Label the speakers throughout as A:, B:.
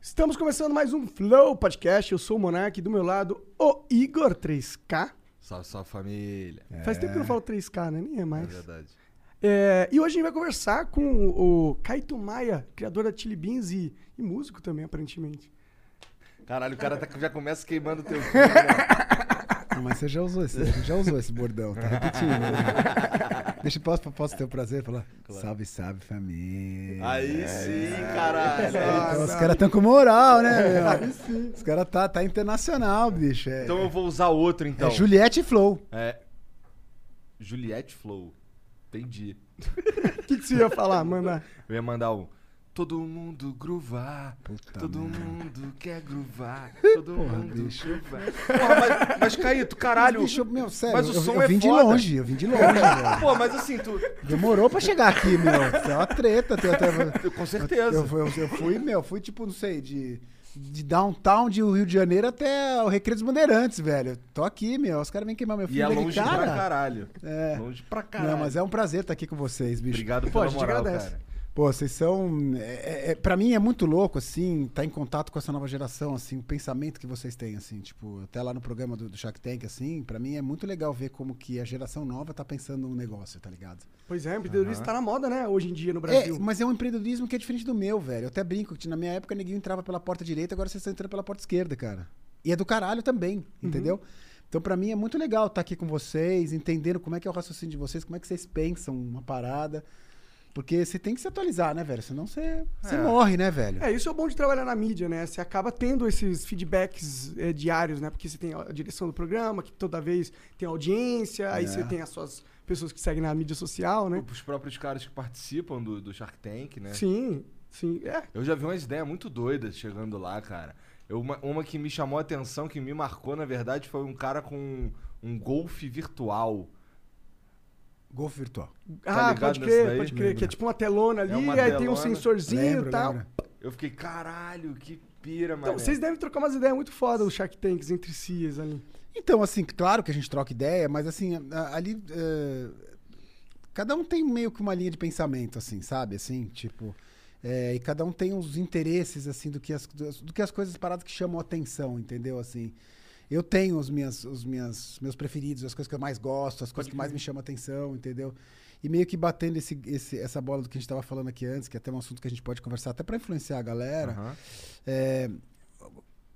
A: Estamos começando mais um Flow Podcast. Eu sou o Monark, do meu lado, o Igor 3K.
B: Salve, salve família. É,
A: Faz tempo que eu não falo 3K, né? Nem é mais.
B: verdade.
A: É, e hoje a gente vai conversar com o Kaito Maia, criador da Chili Beans e, e músico também, aparentemente.
B: Caralho, o cara tá- já começa queimando teu filme. né?
C: Ah, mas você já usou esse, você já usou esse bordão, tá repetindo. né? Deixa eu posso, posso ter o prazer de falar. Salve, salve, família.
B: Aí sim, caralho.
C: Então, os caras estão com moral, né? Meu? Os caras tá, tá internacional, bicho. É,
B: Então eu vou usar outro,
C: é
B: então.
C: Juliette e Flow.
B: É. Juliette Flow. Entendi.
A: O que, que você ia falar, manda?
B: Eu ia mandar um. Todo mundo gruvar. todo mundo quer gruvar. Todo mundo
C: bicho.
B: gruvar. Porra, mas, mas Caíto, caralho.
C: Bicho, meu, sério,
B: mas o
C: eu,
B: som
C: eu
B: é
C: vim de
B: foda.
C: longe, eu vim de longe, velho.
B: Pô, mas assim, tu.
C: Demorou pra chegar aqui, meu. É uma treta. tem até-
B: Com certeza.
C: Eu, eu- eu fui, meu, fui tipo, não sei, de, de downtown de Rio de Janeiro até o Recreio dos Bandeirantes, velho. Tô aqui, meu. Os caras vêm queimar meu filho.
B: E é
C: ali,
B: longe
C: cara.
B: pra caralho.
C: É.
B: Longe pra caralho.
C: Não, mas é um prazer estar aqui com vocês, bicho.
B: Obrigado
A: Pô, a
B: pela
A: gente
B: moral,
A: agradece.
B: cara.
C: Pô, vocês são. É, é- é- pra mim é muito louco, assim, estar em contato com essa nova geração, assim, o pensamento que vocês têm, assim, tipo, até lá no programa do, do Shark Tank, assim, pra mim é muito legal ver como que a geração nova tá pensando no negócio, tá ligado?
A: Pois é, empreendedorismo está na moda, né? Hoje em dia no
C: É,
A: Brasil.
C: mas é um empreendedorismo que é diferente do meu, velho. Eu até brinco que na minha época ninguém entrava pela porta direita, agora vocês estão entrando pela porta esquerda, cara. E é do caralho também,
A: Uhum.
C: entendeu? Então, pra mim é muito legal estar aqui com vocês, entendendo como é que é o raciocínio de vocês, como é que vocês pensam uma parada. Porque você tem que se atualizar, né, velho? Senão você, você morre, né, velho?
A: É, isso é o bom de trabalhar na mídia, né? Você acaba tendo esses feedbacks eh, diários, né? Porque você tem a direção do programa, que toda vez tem audiência, aí você tem as suas pessoas que seguem na mídia social, né?
B: Os próprios caras que participam do, do Shark Tank, né?
A: Sim, sim. É,
B: Eu já vi umas ideias muito doidas chegando lá, cara. Eu- uma, uma que me chamou a atenção, que me marcou, na verdade, foi um cara com um, um golfe virtual.
C: Golfe virtual.
B: Tá
A: ah,
B: ligado
A: pode
B: nesse
A: crer,
B: daí?
A: pode crer. Que é tipo uma telona ali,
B: É uma
A: aí tem um
B: telona.
A: sensorzinho e
C: Lembro,
A: tal.
C: lembro.
B: Eu fiquei, caralho, que pira, mano.
A: Então, vocês devem trocar umas ideias muito foda os Shark Tanks entre si ali.
C: Então, assim, claro que a gente troca ideia, mas assim, a- a- ali. eh, cada um tem meio que uma linha de pensamento, assim, sabe? Assim, tipo. eh, e cada um tem uns interesses, assim, do que as, do, do que as coisas paradas que chamam atenção, entendeu? Assim. Eu tenho os, minhas, os minhas, meus preferidos, as coisas que eu mais gosto, as coisas que mais me chamam atenção, entendeu? E meio que batendo esse, esse- essa bola do que a gente estava falando aqui antes, que é até um assunto que a gente pode conversar até para influenciar a galera.
B: Aham.
C: É,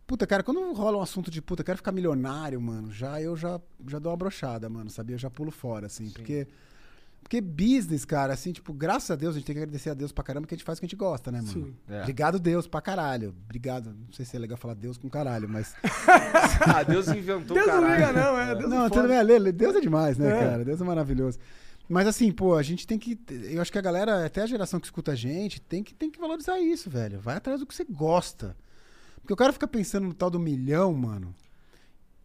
C: Puta, cara, quando rola um assunto de puta, quero ficar milionário, mano, já eu já, já dou uma brochada, mano, sabia? Eu já pulo fora, assim, porque. Porque business, cara, assim, tipo, graças a Deus, a gente tem que agradecer a Deus pra caramba que a gente faz o que a gente gosta, né, mano?
A: Sim.
B: É.
C: Obrigado, Deus, pra caralho. Obrigado. Não sei se é legal falar Deus com caralho, mas.
B: Ah, Deus inventou,
A: Deus não
B: caralho.
A: liga, não, é. Deus
C: Não,
A: não,
C: tudo
A: foda.
C: bem, Lele, Deus é demais, né,
A: É.
C: cara? Deus é maravilhoso. Mas assim, pô, a gente tem que. Eu acho que a galera, até a geração que escuta a gente, tem que, tem que valorizar isso, velho. Vai atrás do que você gosta. Porque o cara fica pensando no tal do milhão, mano.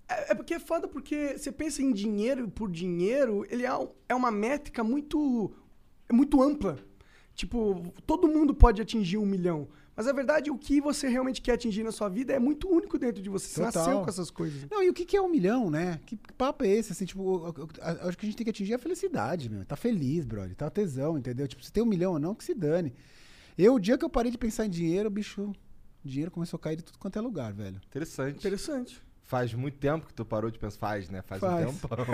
A: É é porque é foda porque você pensa em dinheiro por dinheiro, ele é, um- é uma métrica muito, é muito ampla. Tipo, todo mundo pode atingir um milhão. Mas a verdade, o que você realmente quer atingir na sua vida é muito único dentro de você. Você
C: Total.
A: nasceu com essas coisas.
C: Não, e o que, que é um milhão, né? Que, que papo é esse? Assim, tipo, o- o- a- acho que a gente tem que atingir a felicidade, meu. Tá feliz, brother. Tá tesão, entendeu? Tipo, se tem um milhão ou não, que se dane. Eu, o dia que eu parei de pensar em dinheiro, bicho, dinheiro começou a cair de tudo quanto é lugar, velho.
B: Interessante.
A: Interessante.
B: Faz muito tempo que tu parou de pensar. Faz, né? Faz,
C: Faz.
B: um tempão.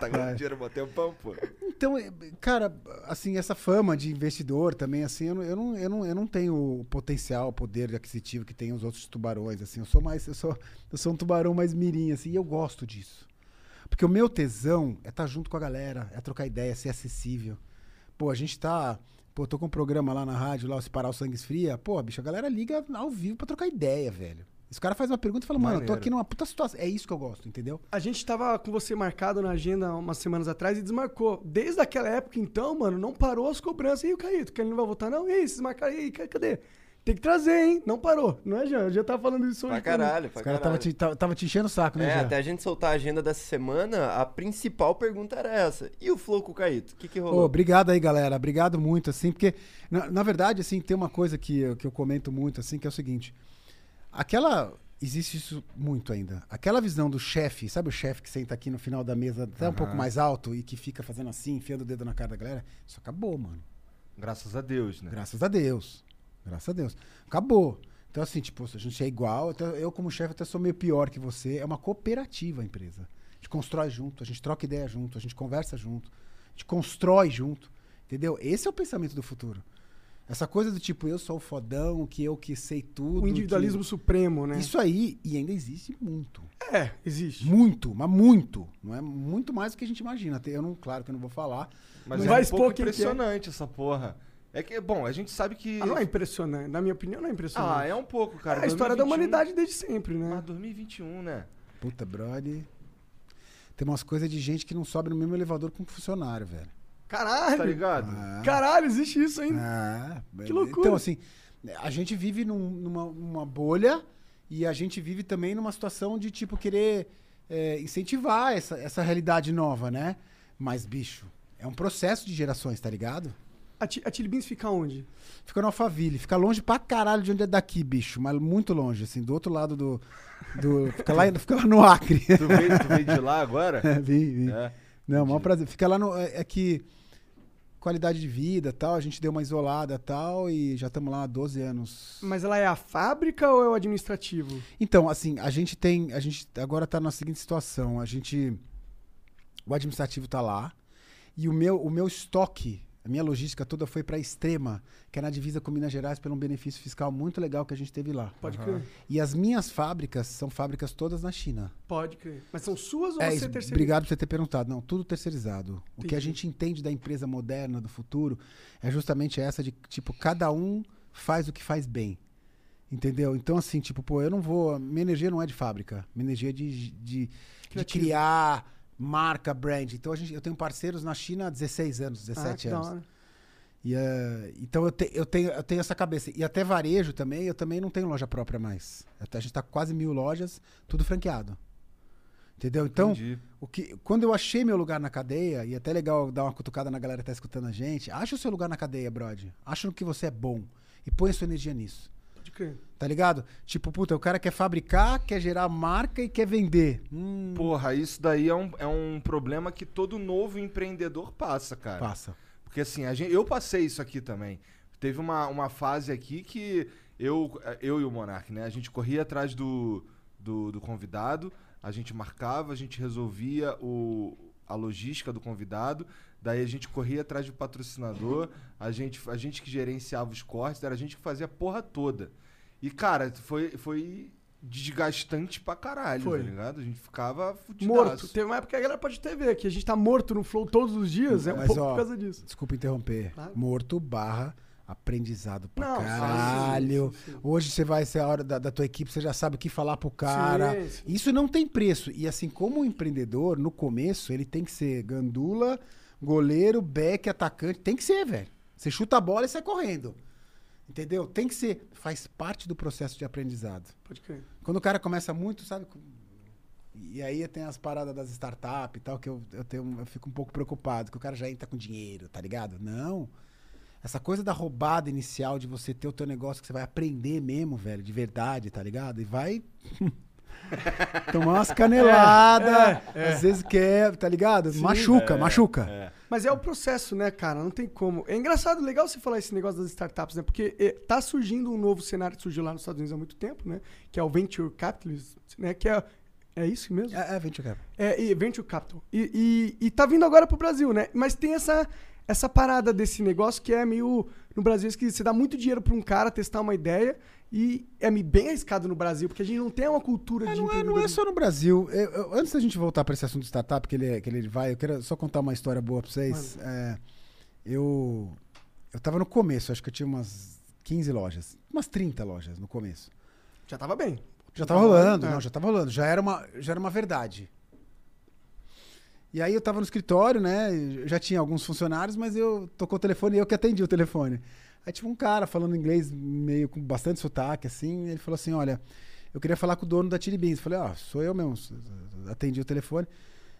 B: tá ganhando dinheiro há um tempão, pô.
C: Então, eh, cara, assim, essa fama de investidor também, assim, eu não, eu não, eu não, eu não tenho o potencial, o poder aquisitivo que tem os outros tubarões, assim. Eu sou mais, eu sou, eu sou um tubarão mais mirim, assim, e eu gosto disso. Porque o meu tesão é estar junto com a galera, é trocar ideia, é ser acessível. Pô, a gente tá. Pô, tô com um programa lá na rádio, lá, o Se Parar o Sangue Esfria. Pô, bicho, a galera liga ao vivo pra trocar ideia, velho. Esse cara faz uma pergunta e fala, mano, eu tô
B: Maneiro.
C: aqui numa puta situação. É isso que eu gosto, entendeu?
A: A gente tava com você marcado na agenda umas semanas atrás e desmarcou. Desde aquela época, então, mano, não parou as cobranças. E aí, o Caíto, que ele não vai voltar, não? E aí, vocês marcaram? E aí, ca- cadê? Tem que trazer, hein? Não parou. Não é, Jean? Eu já tava falando isso
D: Pra
A: hoje. pra mim.
D: caralho, pra
C: Os caras tava
D: caralho.
C: te, tava, tava te enchendo o saco, né,
D: É,
C: Jean?
D: até a gente soltar a agenda dessa semana, a principal pergunta era essa. E o Flow com o Caíto? O que, que
C: Ô,
D: rolou?
C: obrigado aí, galera. Obrigado muito, assim, porque, na, na verdade, assim, tem uma coisa que, eu- que eu comento muito, assim, que é o seguinte. Aquela. Existe isso muito ainda. Aquela visão do chefe, sabe o chefe que senta aqui no final da mesa, até um pouco mais alto, e que fica fazendo assim, enfiando o dedo na cara da galera? Isso acabou, mano.
B: Graças a Deus, né?
C: Graças a Deus. Graças a Deus. Acabou. Então, assim, tipo, se a gente é igual, até- eu, como chefe, até sou meio pior que você. É uma cooperativa a empresa. A gente constrói junto, a gente troca ideia junto, a gente conversa junto, a gente constrói junto. Entendeu? Esse é o pensamento do futuro. Essa coisa do tipo, eu sou o fodão, que eu que sei tudo.
A: O individualismo
C: que-
A: supremo, né?
C: Isso aí, e ainda existe muito.
A: É, existe.
C: Muito, mas muito. Não é muito mais do que a gente imagina. Tem- Eu não, claro que eu não vou falar.
B: Mas
A: Não
B: é
A: vai
B: um pouco
A: expor quem que é.
B: impressionante essa porra. É que, bom, a gente sabe que.
A: Ah, não é impressionante. Na minha opinião, não é
B: Ah,
A: impressionante.
B: é um pouco,
A: é,
B: cara.
A: a história da
B: 2021,
A: humanidade desde sempre, né?
B: Mas 2021, né?
C: Puta, brother. Tem umas coisas de gente que não sobe no mesmo elevador com um funcionário, velho.
B: Tá
A: Caralho! Ah.
B: ligado?
A: Caralho, existe isso, hein?
C: Ah,
A: Hum. Que loucura.
C: Então, assim, a gente vive num- numa, numa bolha e a gente vive também numa situação de, tipo, querer é, incentivar essa, essa realidade nova, né? Mas, bicho, é um processo de gerações, tá ligado?
A: A, Ti- a Tilly Beans fica onde?
C: Fica no Alphaville, fica longe pra caralho de onde é daqui, bicho, mas muito longe, assim, do outro lado do. do fica, lá, fica lá no Acre.
B: Tu veio, tu veio de lá agora?
C: É, vim, vim.
B: É.
C: Não, maior prazer. Fica lá no. É é que qualidade de vida tal, a gente deu uma isolada tal, e já estamos lá há 12 anos.
A: Mas ela é a fábrica ou é o administrativo?
C: Então, assim, a gente tem. A gente agora tá na seguinte situação. A gente. O administrativo tá lá. E o meu, o meu estoque, a minha logística toda foi pra Extrema, que é na divisa com Minas Gerais, pelo um benefício fiscal muito legal que a gente teve lá.
A: Pode crer.
C: E as minhas fábricas são fábricas todas na China.
A: Pode crer. Mas são suas ou
C: É
A: você
C: isso,
A: é terceiro?
C: obrigado por você ter perguntado. Não, tudo terceirizado. O que a
A: Entendi.
C: gente entende da empresa moderna, do futuro, é justamente essa de, tipo, cada um faz o que faz bem. Entendeu? Então, assim, tipo, pô, eu não vou. Minha energia não é de fábrica. Minha energia é de, de, de
A: Criativo.
C: criar marca, brand. Então, a gente, eu tenho parceiros na China há 16 anos, 17
A: Ah, que da
C: anos.
A: hora.
C: E, eh, então eu, te- eu tenho, eu tenho essa cabeça. E até varejo também, eu também não tenho loja própria mais. Até a gente tá com quase mil lojas, tudo franqueado. Entendeu? Então,
B: Entendi.
C: o que, quando eu achei meu lugar na cadeia, e até é legal dar uma cutucada na galera que tá escutando a gente, acha o seu lugar na cadeia, brother. Acha no que você é bom. E põe a sua energia nisso.
A: Pode crer.
C: Tá ligado? Tipo, puta, o cara quer fabricar, quer gerar marca e quer vender. Hum,
B: Porra, isso daí é um, é um problema que todo novo empreendedor passa, cara.
C: passa.
B: Porque assim, a gente, eu passei isso aqui também. Teve uma, uma fase aqui que eu, eu e o Monark, né? A gente corria atrás do, do, do convidado, a gente marcava, a gente resolvia o, a logística do convidado, daí a gente corria atrás do patrocinador, a gente, a gente que gerenciava os cortes, era a gente que fazia a porra toda. E, cara, foi, foi desgastante pra caralho,
A: Foi.
B: tá ligado? A gente ficava fudidaço.
A: Morto. Teve uma época que a galera pode TV, que a gente tá morto no flow todos os dias. É um
C: Mas,
A: pouco
C: ó,
A: por causa disso.
C: Desculpa interromper.
A: Claro.
C: Morto barra aprendizado pra
A: Não, sim,
C: caralho.
A: sim, sim.
C: Hoje você vai ser a hora da, da tua equipe, você já sabe o que falar pro cara.
A: Sim, sim.
C: Isso não tem preço. E assim, como empreendedor, no começo, ele tem que ser gandula, goleiro, back, atacante. Tem que ser, velho. Você chuta a bola e sai correndo. Entendeu? Tem que ser. Faz parte do processo de aprendizado.
A: Pode crer.
C: Quando o cara começa muito, sabe? com- E aí tem as paradas das startups e tal, que eu, eu, tenho, eu fico um pouco preocupado, que o cara já entra com dinheiro, tá ligado? Não. Essa coisa da roubada inicial de você ter o teu negócio que você vai aprender mesmo, velho, de verdade, tá ligado? E vai tomar umas caneladas, às vezes quer, tá ligado? machuca, machuca.
A: Mas é o processo, né, cara? Não tem como. É engraçado, legal você falar esse negócio das startups, né? Porque eh, tá surgindo um novo cenário que surgiu lá nos Estados Unidos há muito tempo, né? Que é o Venture Capitalist, né? Que é É isso mesmo?
C: É, é venture capital.
A: É, e Venture Capital. E, e, e tá vindo agora pro Brasil, né? Mas tem essa, essa parada desse negócio que é meio. No Brasil, que você dá muito dinheiro pra um cara testar uma ideia e é me- bem arriscado no Brasil, porque a gente não tem uma cultura
C: É,
A: de
C: não, é, não é
A: empreendedorismo.
C: só no Brasil. Eu- eu- antes da gente voltar para esse assunto de startup, que ele, é- que ele vai, eu quero só contar uma história boa para vocês. É, eu, eu tava no começo, acho que eu tinha umas 15 lojas, umas 30 lojas no começo.
A: Já tava bem.
C: Já tava rolando,
A: É.
C: não, já tava rolando. Já era uma, já era uma verdade. E aí eu tava no escritório, né? e Já tinha alguns funcionários, mas eu tocou o telefone e eu que atendi o telefone. Aí tinha um cara falando inglês meio com bastante sotaque, assim, e ele falou assim: olha, eu queria falar com o dono da Chili Beans. Falei, ó, sou eu mesmo, s- s- atendi o telefone.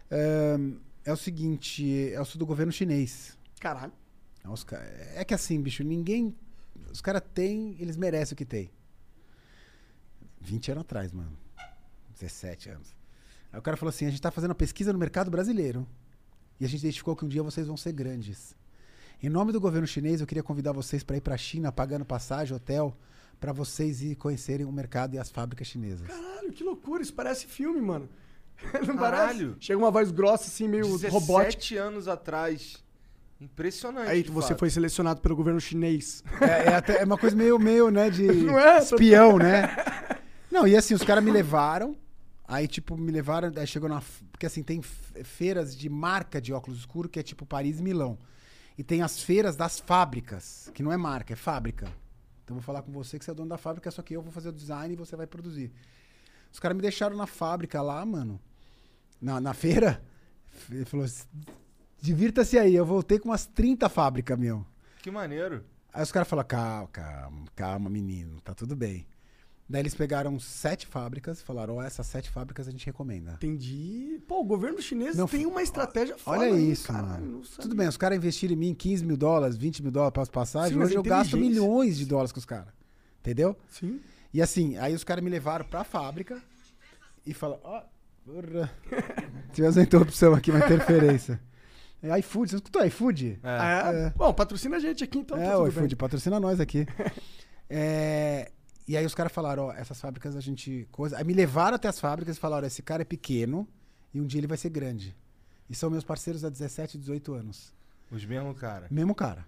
C: Ahn, É, o seguinte, é o do governo chinês.
A: Caralho.
C: É os ca- É que assim, bicho, ninguém. Os caras têm, eles merecem o que tem. 20 anos atrás, mano. 17 anos. Aí o cara falou assim: a gente tá fazendo uma pesquisa no mercado brasileiro. E a gente identificou que um dia vocês vão ser grandes. Em nome do governo chinês, eu queria convidar vocês para ir pra China pagando passagem, hotel, para vocês ir conhecerem o mercado e as fábricas chinesas.
A: Caralho, que loucura. Isso parece filme, mano. Não
B: Caralho.
A: parece? Chega uma voz grossa, assim, meio
B: 17
A: robótica.
B: anos atrás. Impressionante.
A: Aí
B: de
A: você
B: fato.
A: foi selecionado pelo governo chinês.
C: É, é até- é uma coisa meio, meio né, de
A: Não é?
C: espião, né? Não, e assim, os caras me levaram. Aí, tipo, me levaram, aí chegou na. f- Porque assim, tem f- feiras de marca de óculos escuro, que é tipo Paris e Milão. E tem as feiras das fábricas, que não é marca, é fábrica. Então eu vou falar com você que você é dono da fábrica, só que eu vou fazer o design e você vai produzir. Os caras me deixaram na fábrica lá, mano. Na, na feira. Ele falou: divirta-se aí. Eu voltei com umas 30 fábricas, meu.
B: Que maneiro.
C: Aí os caras falaram, calma, calma, calma, menino, tá tudo bem. Daí eles pegaram sete fábricas e falaram, ó, essas sete fábricas a gente recomenda.
A: Entendi. Pô, o governo chinês
C: Não,
A: tem
C: f-
A: uma estratégia foda.
C: Olha
A: hein,
C: isso,
A: caralho,
C: mano.
A: não sabia.
C: Tudo bem, os caras investiram em mim 15 mil dólares, 20 mil dólares para as passagens,
A: Sim, mas
C: hoje eu gasto
A: inteligência.
C: milhões de dólares com os caras. Entendeu?
A: Sim.
C: E assim, aí os caras me levaram pra fábrica e falaram, ó, porra. tivemos uma interrupção aqui, uma interferência. É iFood, você escutou iFood?
B: É.
A: É.
C: É.
A: Bom, patrocina a gente aqui, então.
C: é,
A: tá tudo
C: o
A: bem.
C: iFood, patrocina nós aqui. É, e aí os caras falaram, ó, essas fábricas a gente... Coisa... Aí me levaram até as fábricas e falaram, ó, esse cara é pequeno e um dia ele vai ser grande. E são meus parceiros há 17, 18 anos.
B: Os mesmos, cara.
C: Mesmo cara.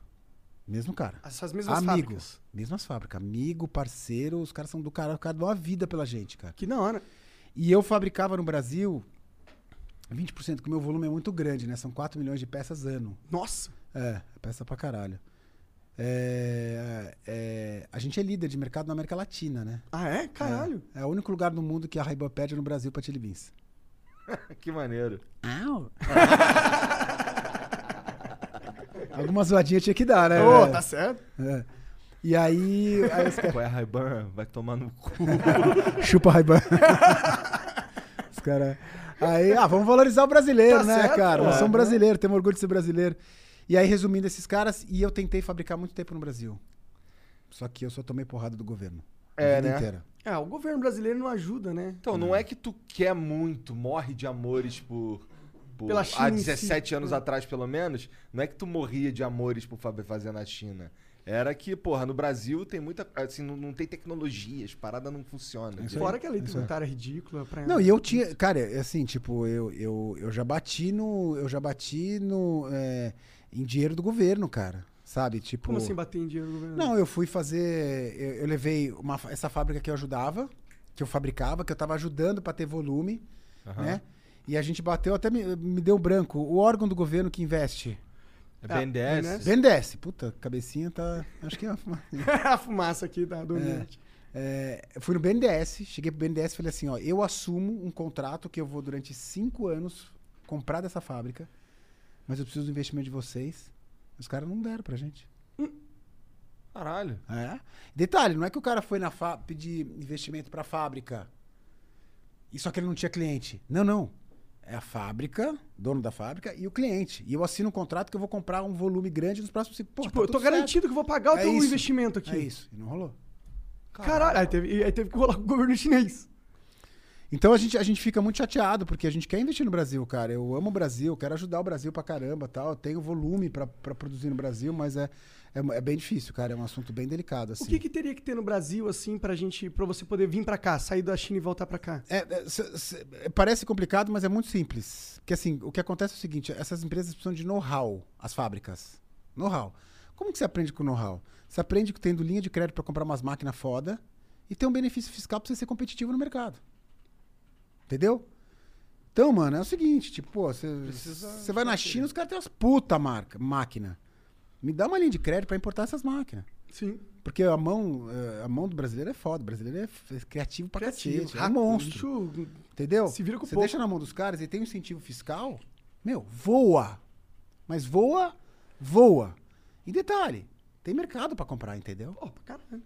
C: Mesmo cara.
A: Essas mesmas
C: Amigos.
A: fábricas.
C: Mesmas fábricas. Amigo, parceiro, os caras são do cara, o cara deu a vida pela gente, cara.
A: Que da hora.
C: E eu fabricava no Brasil 20%, porque o meu volume é muito grande, né? São 4 milhões de peças ano.
A: Nossa.
C: É, peça pra caralho. É, é, a gente é líder de mercado na América Latina, né?
A: Ah, é? Caralho.
C: É, é o único lugar no mundo que a Ray-Ban pede é no Brasil pra Chili Beans.
B: Que maneiro.
C: Alguma zoadinha tinha que dar, né?
A: Ô,
C: É,
A: tá certo.
C: é. E aí, aí os
B: Qual é a Ray-Ban? Vai tomar no cu.
C: caras... Chupa Ray-Ban. os caras... Aí, ah, vamos valorizar o brasileiro,
A: Tá
C: né,
A: certo,
C: cara? Nós
A: é,
C: somos
A: né?
C: brasileiros, temos orgulho de ser brasileiro. E aí, resumindo, esses caras... E eu tentei fabricar muito tempo no Brasil. Só que eu só tomei porrada do governo. a
B: É,
C: vida
B: né?
C: inteira.
A: É, o governo brasileiro não ajuda, né?
B: Então, não é que tu quer muito, morre de amores por. por
A: Pela China
B: há
A: em si.
B: 17 anos atrás, pelo menos. Não é que tu morria de amores por fa- fazer na China. Era que, porra, no Brasil tem muita. Assim, não, não tem tecnologias, parada não funciona.
A: Fora que a lei tributária é ridícula. Pra...
C: Não, e eu tinha. Cara, é assim, tipo, eu, eu, eu já bati no. Eu já bati no. é, em dinheiro do governo, cara. Sabe? Tipo.
A: Como assim bater em dinheiro no governo?
C: Não, eu fui fazer. Eu, eu levei uma, fa- essa fábrica que eu ajudava, que eu fabricava, que eu tava ajudando pra ter volume, né? E a gente bateu, até me, me deu branco. O órgão do governo que investe.
B: É BNDES.
A: né?
C: Vendesse. Puta, cabecinha tá. Acho que é uma.
A: a fumaça aqui tá da do ambiente.
C: É, eu fui no BNDES, cheguei pro BNDES e falei assim, ó, eu assumo um contrato que eu vou durante cinco anos comprar dessa fábrica, mas eu preciso do investimento de vocês. Os caras não deram pra gente.
B: Caralho.
C: É. Detalhe, não é que o cara foi na fá- pedir investimento pra fábrica e só que ele não tinha cliente. Não, não. É a fábrica, dono da fábrica e o cliente. E eu assino um contrato que eu vou comprar um volume grande nos próximos cinco. Pô,
A: Tipo,
C: tá
A: eu tô
C: tudo certo.
A: garantido que eu vou pagar o
C: É
A: teu
C: isso.
A: investimento aqui.
C: É isso. E não rolou.
A: Caralho, aí teve, aí teve que rolar com o governo chinês.
C: Então a gente, a gente fica muito chateado, porque a gente quer investir no Brasil, cara. Eu amo o Brasil, quero ajudar o Brasil pra caramba tal. Eu tenho volume pra, pra produzir no Brasil, mas é, É, mu- é bem difícil, cara. É um assunto bem delicado, assim.
A: O que, que teria que ter no Brasil, assim, pra gente, pra você poder vir pra cá, sair da China e voltar pra cá?
C: É, é, se- se- é, parece complicado, mas é muito simples. Porque assim, o que acontece é o seguinte: essas empresas precisam de know-how, as fábricas. Know-how. Como que você aprende com know-how? Você aprende que tendo linha de crédito para comprar umas máquinas foda e tem um benefício fiscal para você ser competitivo no mercado. Entendeu? Então, mano, é o seguinte, tipo, pô, você você vai na China, os caras têm umas puta marca, máquina. Me dá uma linha de crédito para importar essas máquinas.
A: Sim.
C: Porque a mão, eh, a mão do brasileiro é foda, o brasileiro é f- é criativo pra cacete, é um monstro.
A: Bicho,
C: Entendeu?
A: Se vira com
C: Você
A: pouco.
C: deixa na mão dos caras e tem um incentivo fiscal, meu, voa. Mas voa, voa. E detalhe, tem mercado pra comprar, entendeu?
A: pô, pra caralho.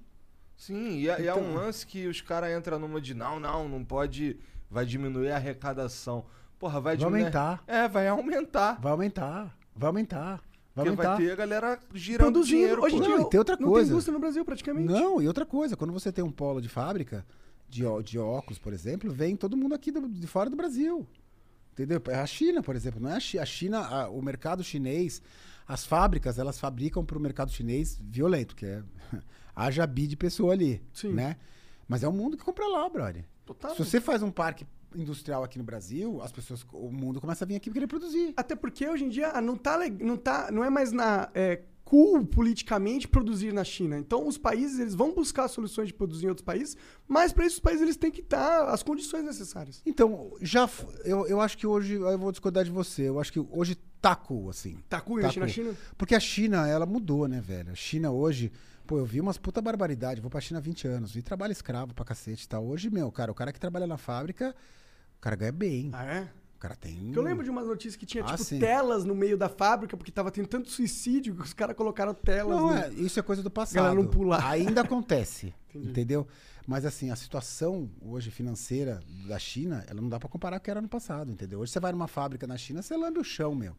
B: Sim, e, é- e é um lance que os caras entram numa de não, não, não pode. Vai diminuir a arrecadação. Porra, vai
C: Vai
B: diminuir.
C: aumentar.
B: É, vai aumentar.
C: Vai aumentar, vai aumentar, vai
B: Porque
C: aumentar.
B: vai ter a galera girando
A: Produzindo.
B: dinheiro.
A: Hoje em
B: pô.
A: dia,
C: Não, e tem outra
A: não
C: coisa.
A: tem indústria no Brasil, praticamente.
C: Não, e outra coisa, quando você tem um polo de fábrica, de, ó- de óculos, por exemplo, vem todo mundo aqui do- de fora do Brasil. Entendeu? É a China, por exemplo, não é a China. A China a- o mercado chinês, as fábricas, elas fabricam para o mercado chinês violento, que é haja bi de pessoa ali,
A: Sim. Tá
C: né? Mas é o mundo que compra lá, brother.
A: Total.
C: Se você faz um parque industrial aqui no Brasil, as pessoas, o mundo começa a vir aqui querer produzir.
A: Até porque hoje em dia ah, não tá, leg- não tá, não é mais na é, cool politicamente produzir na China. Então os países eles vão buscar soluções de produzir em outros países, mas para esses países eles têm que estar as condições necessárias.
C: Então, já f- eu, eu acho que hoje eu vou discordar de você. Eu acho que hoje tá cool, assim.
A: Tá cool
C: Tá
A: investir na
C: cool.
A: China?
C: Porque a China, ela mudou, né, velho? A China hoje, pô, eu vi umas puta barbaridade. Vou pra China há 20 anos, vi trabalho escravo pra cacete e tal. Hoje, meu, cara, o cara que trabalha na fábrica, o cara ganha bem.
A: Ah, é?
C: O cara tem.
A: Porque eu lembro de umas notícias que tinha,
C: Hum. Ah,
A: tipo,
C: sim.
A: telas no meio da fábrica, porque tava tendo tanto suicídio que os caras colocaram telas.
C: Não,
A: no-
C: é, isso é coisa do
A: Galera
C: passado.
A: não pular.
C: Ainda acontece, entendeu? Mas assim, a situação hoje financeira da China, ela não dá pra comparar com o que era no passado, entendeu? Hoje você vai numa fábrica na China, você lambe o chão, meu.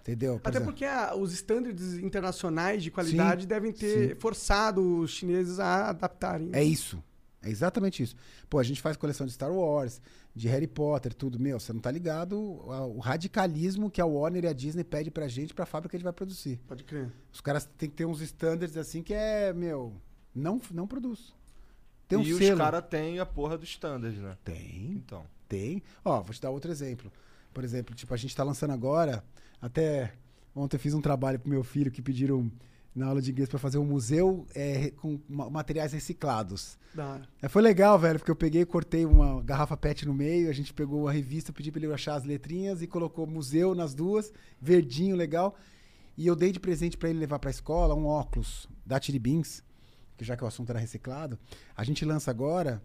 C: Entendeu? Por
A: Até
C: exemplo,
A: porque ah, os estándares internacionais de qualidade
C: é. Sim,
A: devem ter forçado os chineses a adaptarem. né?
C: É isso. É exatamente isso. Pô, a gente faz coleção de Star Wars, de Harry Potter, tudo. Meu, você não tá ligado ao radicalismo que a Warner e a Disney pede pra gente pra fábrica que a gente vai produzir.
A: Pode crer.
C: Os caras têm que ter uns standards assim que é, meu, não, não produz. Tem um
B: e
C: selo.
B: os caras têm a porra dos standards, né?
C: Tem,
B: Então.
C: tem. Ó, vou te dar outro exemplo. Por exemplo, tipo, a gente tá lançando agora, até ontem eu fiz um trabalho pro meu filho que pediram na aula de inglês pra fazer um museu eh, com ma- materiais reciclados.
A: Da hora.
C: É, foi legal, velho, porque eu peguei, cortei uma garrafa PET no meio, a gente pegou a revista, pedi pra ele achar as letrinhas e colocou museu nas duas, verdinho, legal. E eu dei de presente pra ele levar pra escola um óculos da Tiribins, que já que o assunto era reciclado, a gente lança agora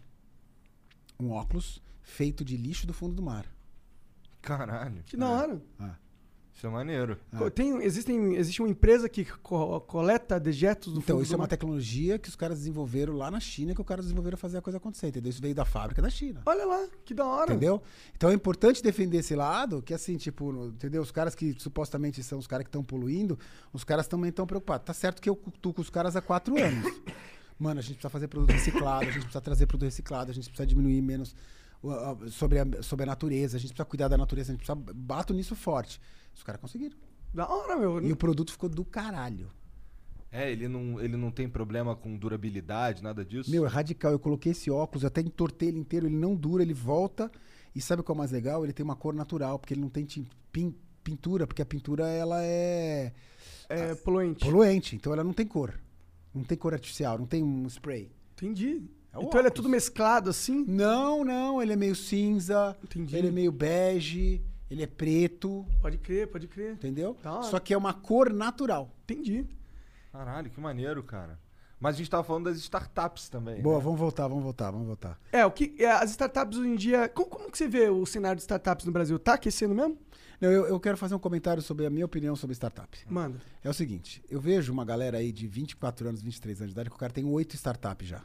C: um óculos feito de lixo do fundo do mar.
B: Caralho.
A: Que
C: É,
A: da hora.
B: Isso é maneiro.
A: Co- Tem, existem, existe uma empresa que co- coleta dejetos do
C: Então,
A: fundo
C: isso
A: do
C: é uma
A: mar.
C: tecnologia que os caras desenvolveram lá na China, que os caras desenvolveram fazer a coisa acontecer, entendeu? Isso veio da fábrica da China.
A: Olha lá, que da hora.
C: Entendeu? Então é importante defender esse lado, que assim, tipo, no- entendeu? Os caras que supostamente são os caras que estão poluindo, os caras também estão preocupados. Tá certo que eu cutuco os caras há quatro anos. Mano, a gente precisa fazer produto reciclado, a gente precisa trazer produto reciclado, a gente precisa diminuir menos o- a- sobre a, sobre a natureza, a gente precisa cuidar da natureza, a gente precisa. Bato nisso forte. Os caras conseguiram.
A: Da hora, meu.
C: E o produto ficou do caralho.
B: É, ele não, ele não tem problema com durabilidade, nada disso.
C: Meu, é radical. Eu coloquei esse óculos, eu até entortei ele inteiro, ele não dura, ele volta. E sabe qual é o mais legal? Ele tem uma cor natural, porque ele não tem tin- pin- pintura, porque a pintura ela é
A: É poluente.
C: poluente, então ela não tem cor. Não tem cor artificial, não tem um spray.
A: Entendi.
C: É o
A: então ele é
C: óculos.
A: tudo mesclado assim?
C: Não, não, ele é meio cinza,
A: Entendi.
C: ele é meio bege, ele é preto,
A: Pode crer, pode crer.
C: entendeu?
A: Da hora.
C: Só que é uma cor natural.
A: Entendi.
B: Caralho, que maneiro, cara. Mas a gente tava falando das startups também.
C: Boa,
B: né?
C: vamos voltar, vamos voltar, vamos voltar.
A: É, o que. é, as startups hoje em dia. Como, como que você vê o cenário de startups no Brasil? Tá aquecendo mesmo?
C: Não, eu, eu quero fazer um comentário sobre a minha opinião sobre startup.
A: Manda.
C: É o seguinte, eu vejo uma galera aí de 24 anos, 23 anos de idade, que o cara tem oito startups já.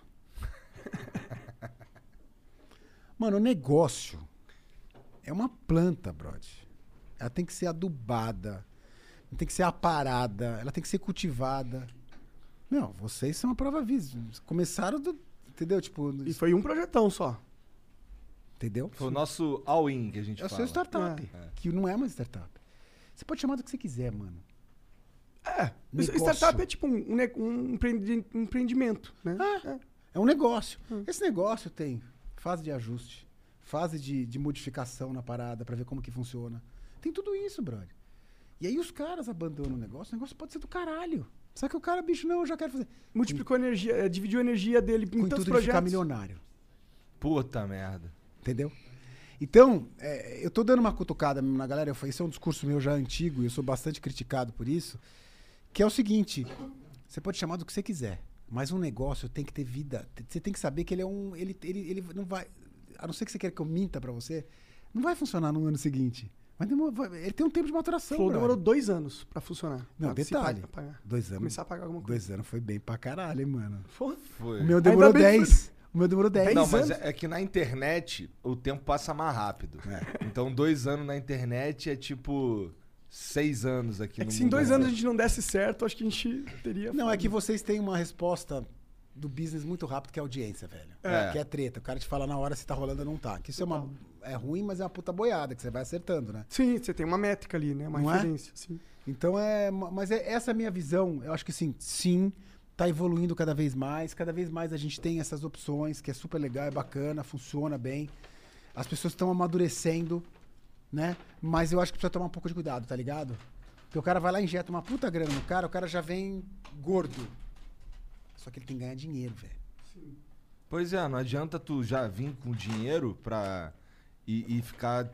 C: Mano, o negócio é uma planta, brother. Ela tem que ser adubada, ela tem que ser aparada, ela tem que ser cultivada. Não, vocês são a prova viva. Começaram do. Entendeu? Tipo,
A: E foi um projetão só.
C: entendeu?
B: né? Foi o nosso all-in que a gente
C: É o
B: fala.
C: seu startup, que não é uma startup. Você pode chamar do que você quiser, mano.
A: É.
C: Negócio.
A: Startup é tipo um, um ne- um empreendi- empreendimento, né?
C: É, é um negócio. Esse negócio tem fase de ajuste, fase de, de modificação na parada pra ver como que funciona. Tem tudo isso, brother. E aí os caras abandonam o negócio, o negócio pode ser do caralho. Só que o cara, bicho, não, eu já quero fazer.
A: Multiplicou a energia, eh, dividiu a energia dele
C: Com
A: em
C: tudo
A: tantos
C: de ficar
A: Então, projetos.
C: milionário.
B: Puta merda.
C: Entendeu? Então, é, eu tô dando uma cutucada mesmo na galera. Eu falei, isso é um discurso meu já antigo e eu sou bastante criticado por isso. Que é o seguinte: você pode chamar do que você quiser, mas um negócio tem que ter vida. Te- Você tem que saber que ele é um. Ele, ele, ele não vai. A não ser que você queira que eu minta pra você, não vai funcionar no ano seguinte. Mas demora- vai- ele tem um tempo de maturação.
A: Flow
C: brother.
A: Então, demorou dois anos pra funcionar.
C: Não,
A: Pra se
C: detalhe.
A: pa- pagar.
C: Dois anos.
A: Começar a pagar alguma coisa.
C: Dois anos foi bem pra caralho, hein, mano.
A: Foi.
B: Foi.
C: O meu demorou
A: bem que
C: 10. O meu demorou 10
B: Não,
C: anos.
B: mas é é que na internet o tempo passa mais rápido. Então, dois anos na internet é tipo seis anos aqui
A: É
B: no
A: que se em
B: mundo
A: dois
B: real.
A: anos a gente não desse certo, acho que a gente teria.
C: Não, é que vocês têm uma resposta do business muito rápido, que é audiência, velho.
B: É.
C: Que é treta. O cara te fala na hora se tá rolando ou não tá. Que isso é, uma, é ruim, mas é uma puta boiada, que você vai acertando, né?
A: Sim, você tem uma métrica ali, né? Uma
C: Não é?
A: referência. Sim.
C: Então é. ma- Mas é essa é a minha visão. Eu acho que sim, sim, tá evoluindo cada vez mais. Cada vez mais a gente tem essas opções, que é super legal, é bacana, funciona bem. As pessoas estão amadurecendo, né? Mas eu acho que precisa tomar um pouco de cuidado, tá ligado? Porque o cara vai lá e injeta uma puta grana no cara, o cara já vem gordo. Só que ele tem que ganhar dinheiro, velho.
B: Pois é, não adianta tu já vir com dinheiro pra. e, e ficar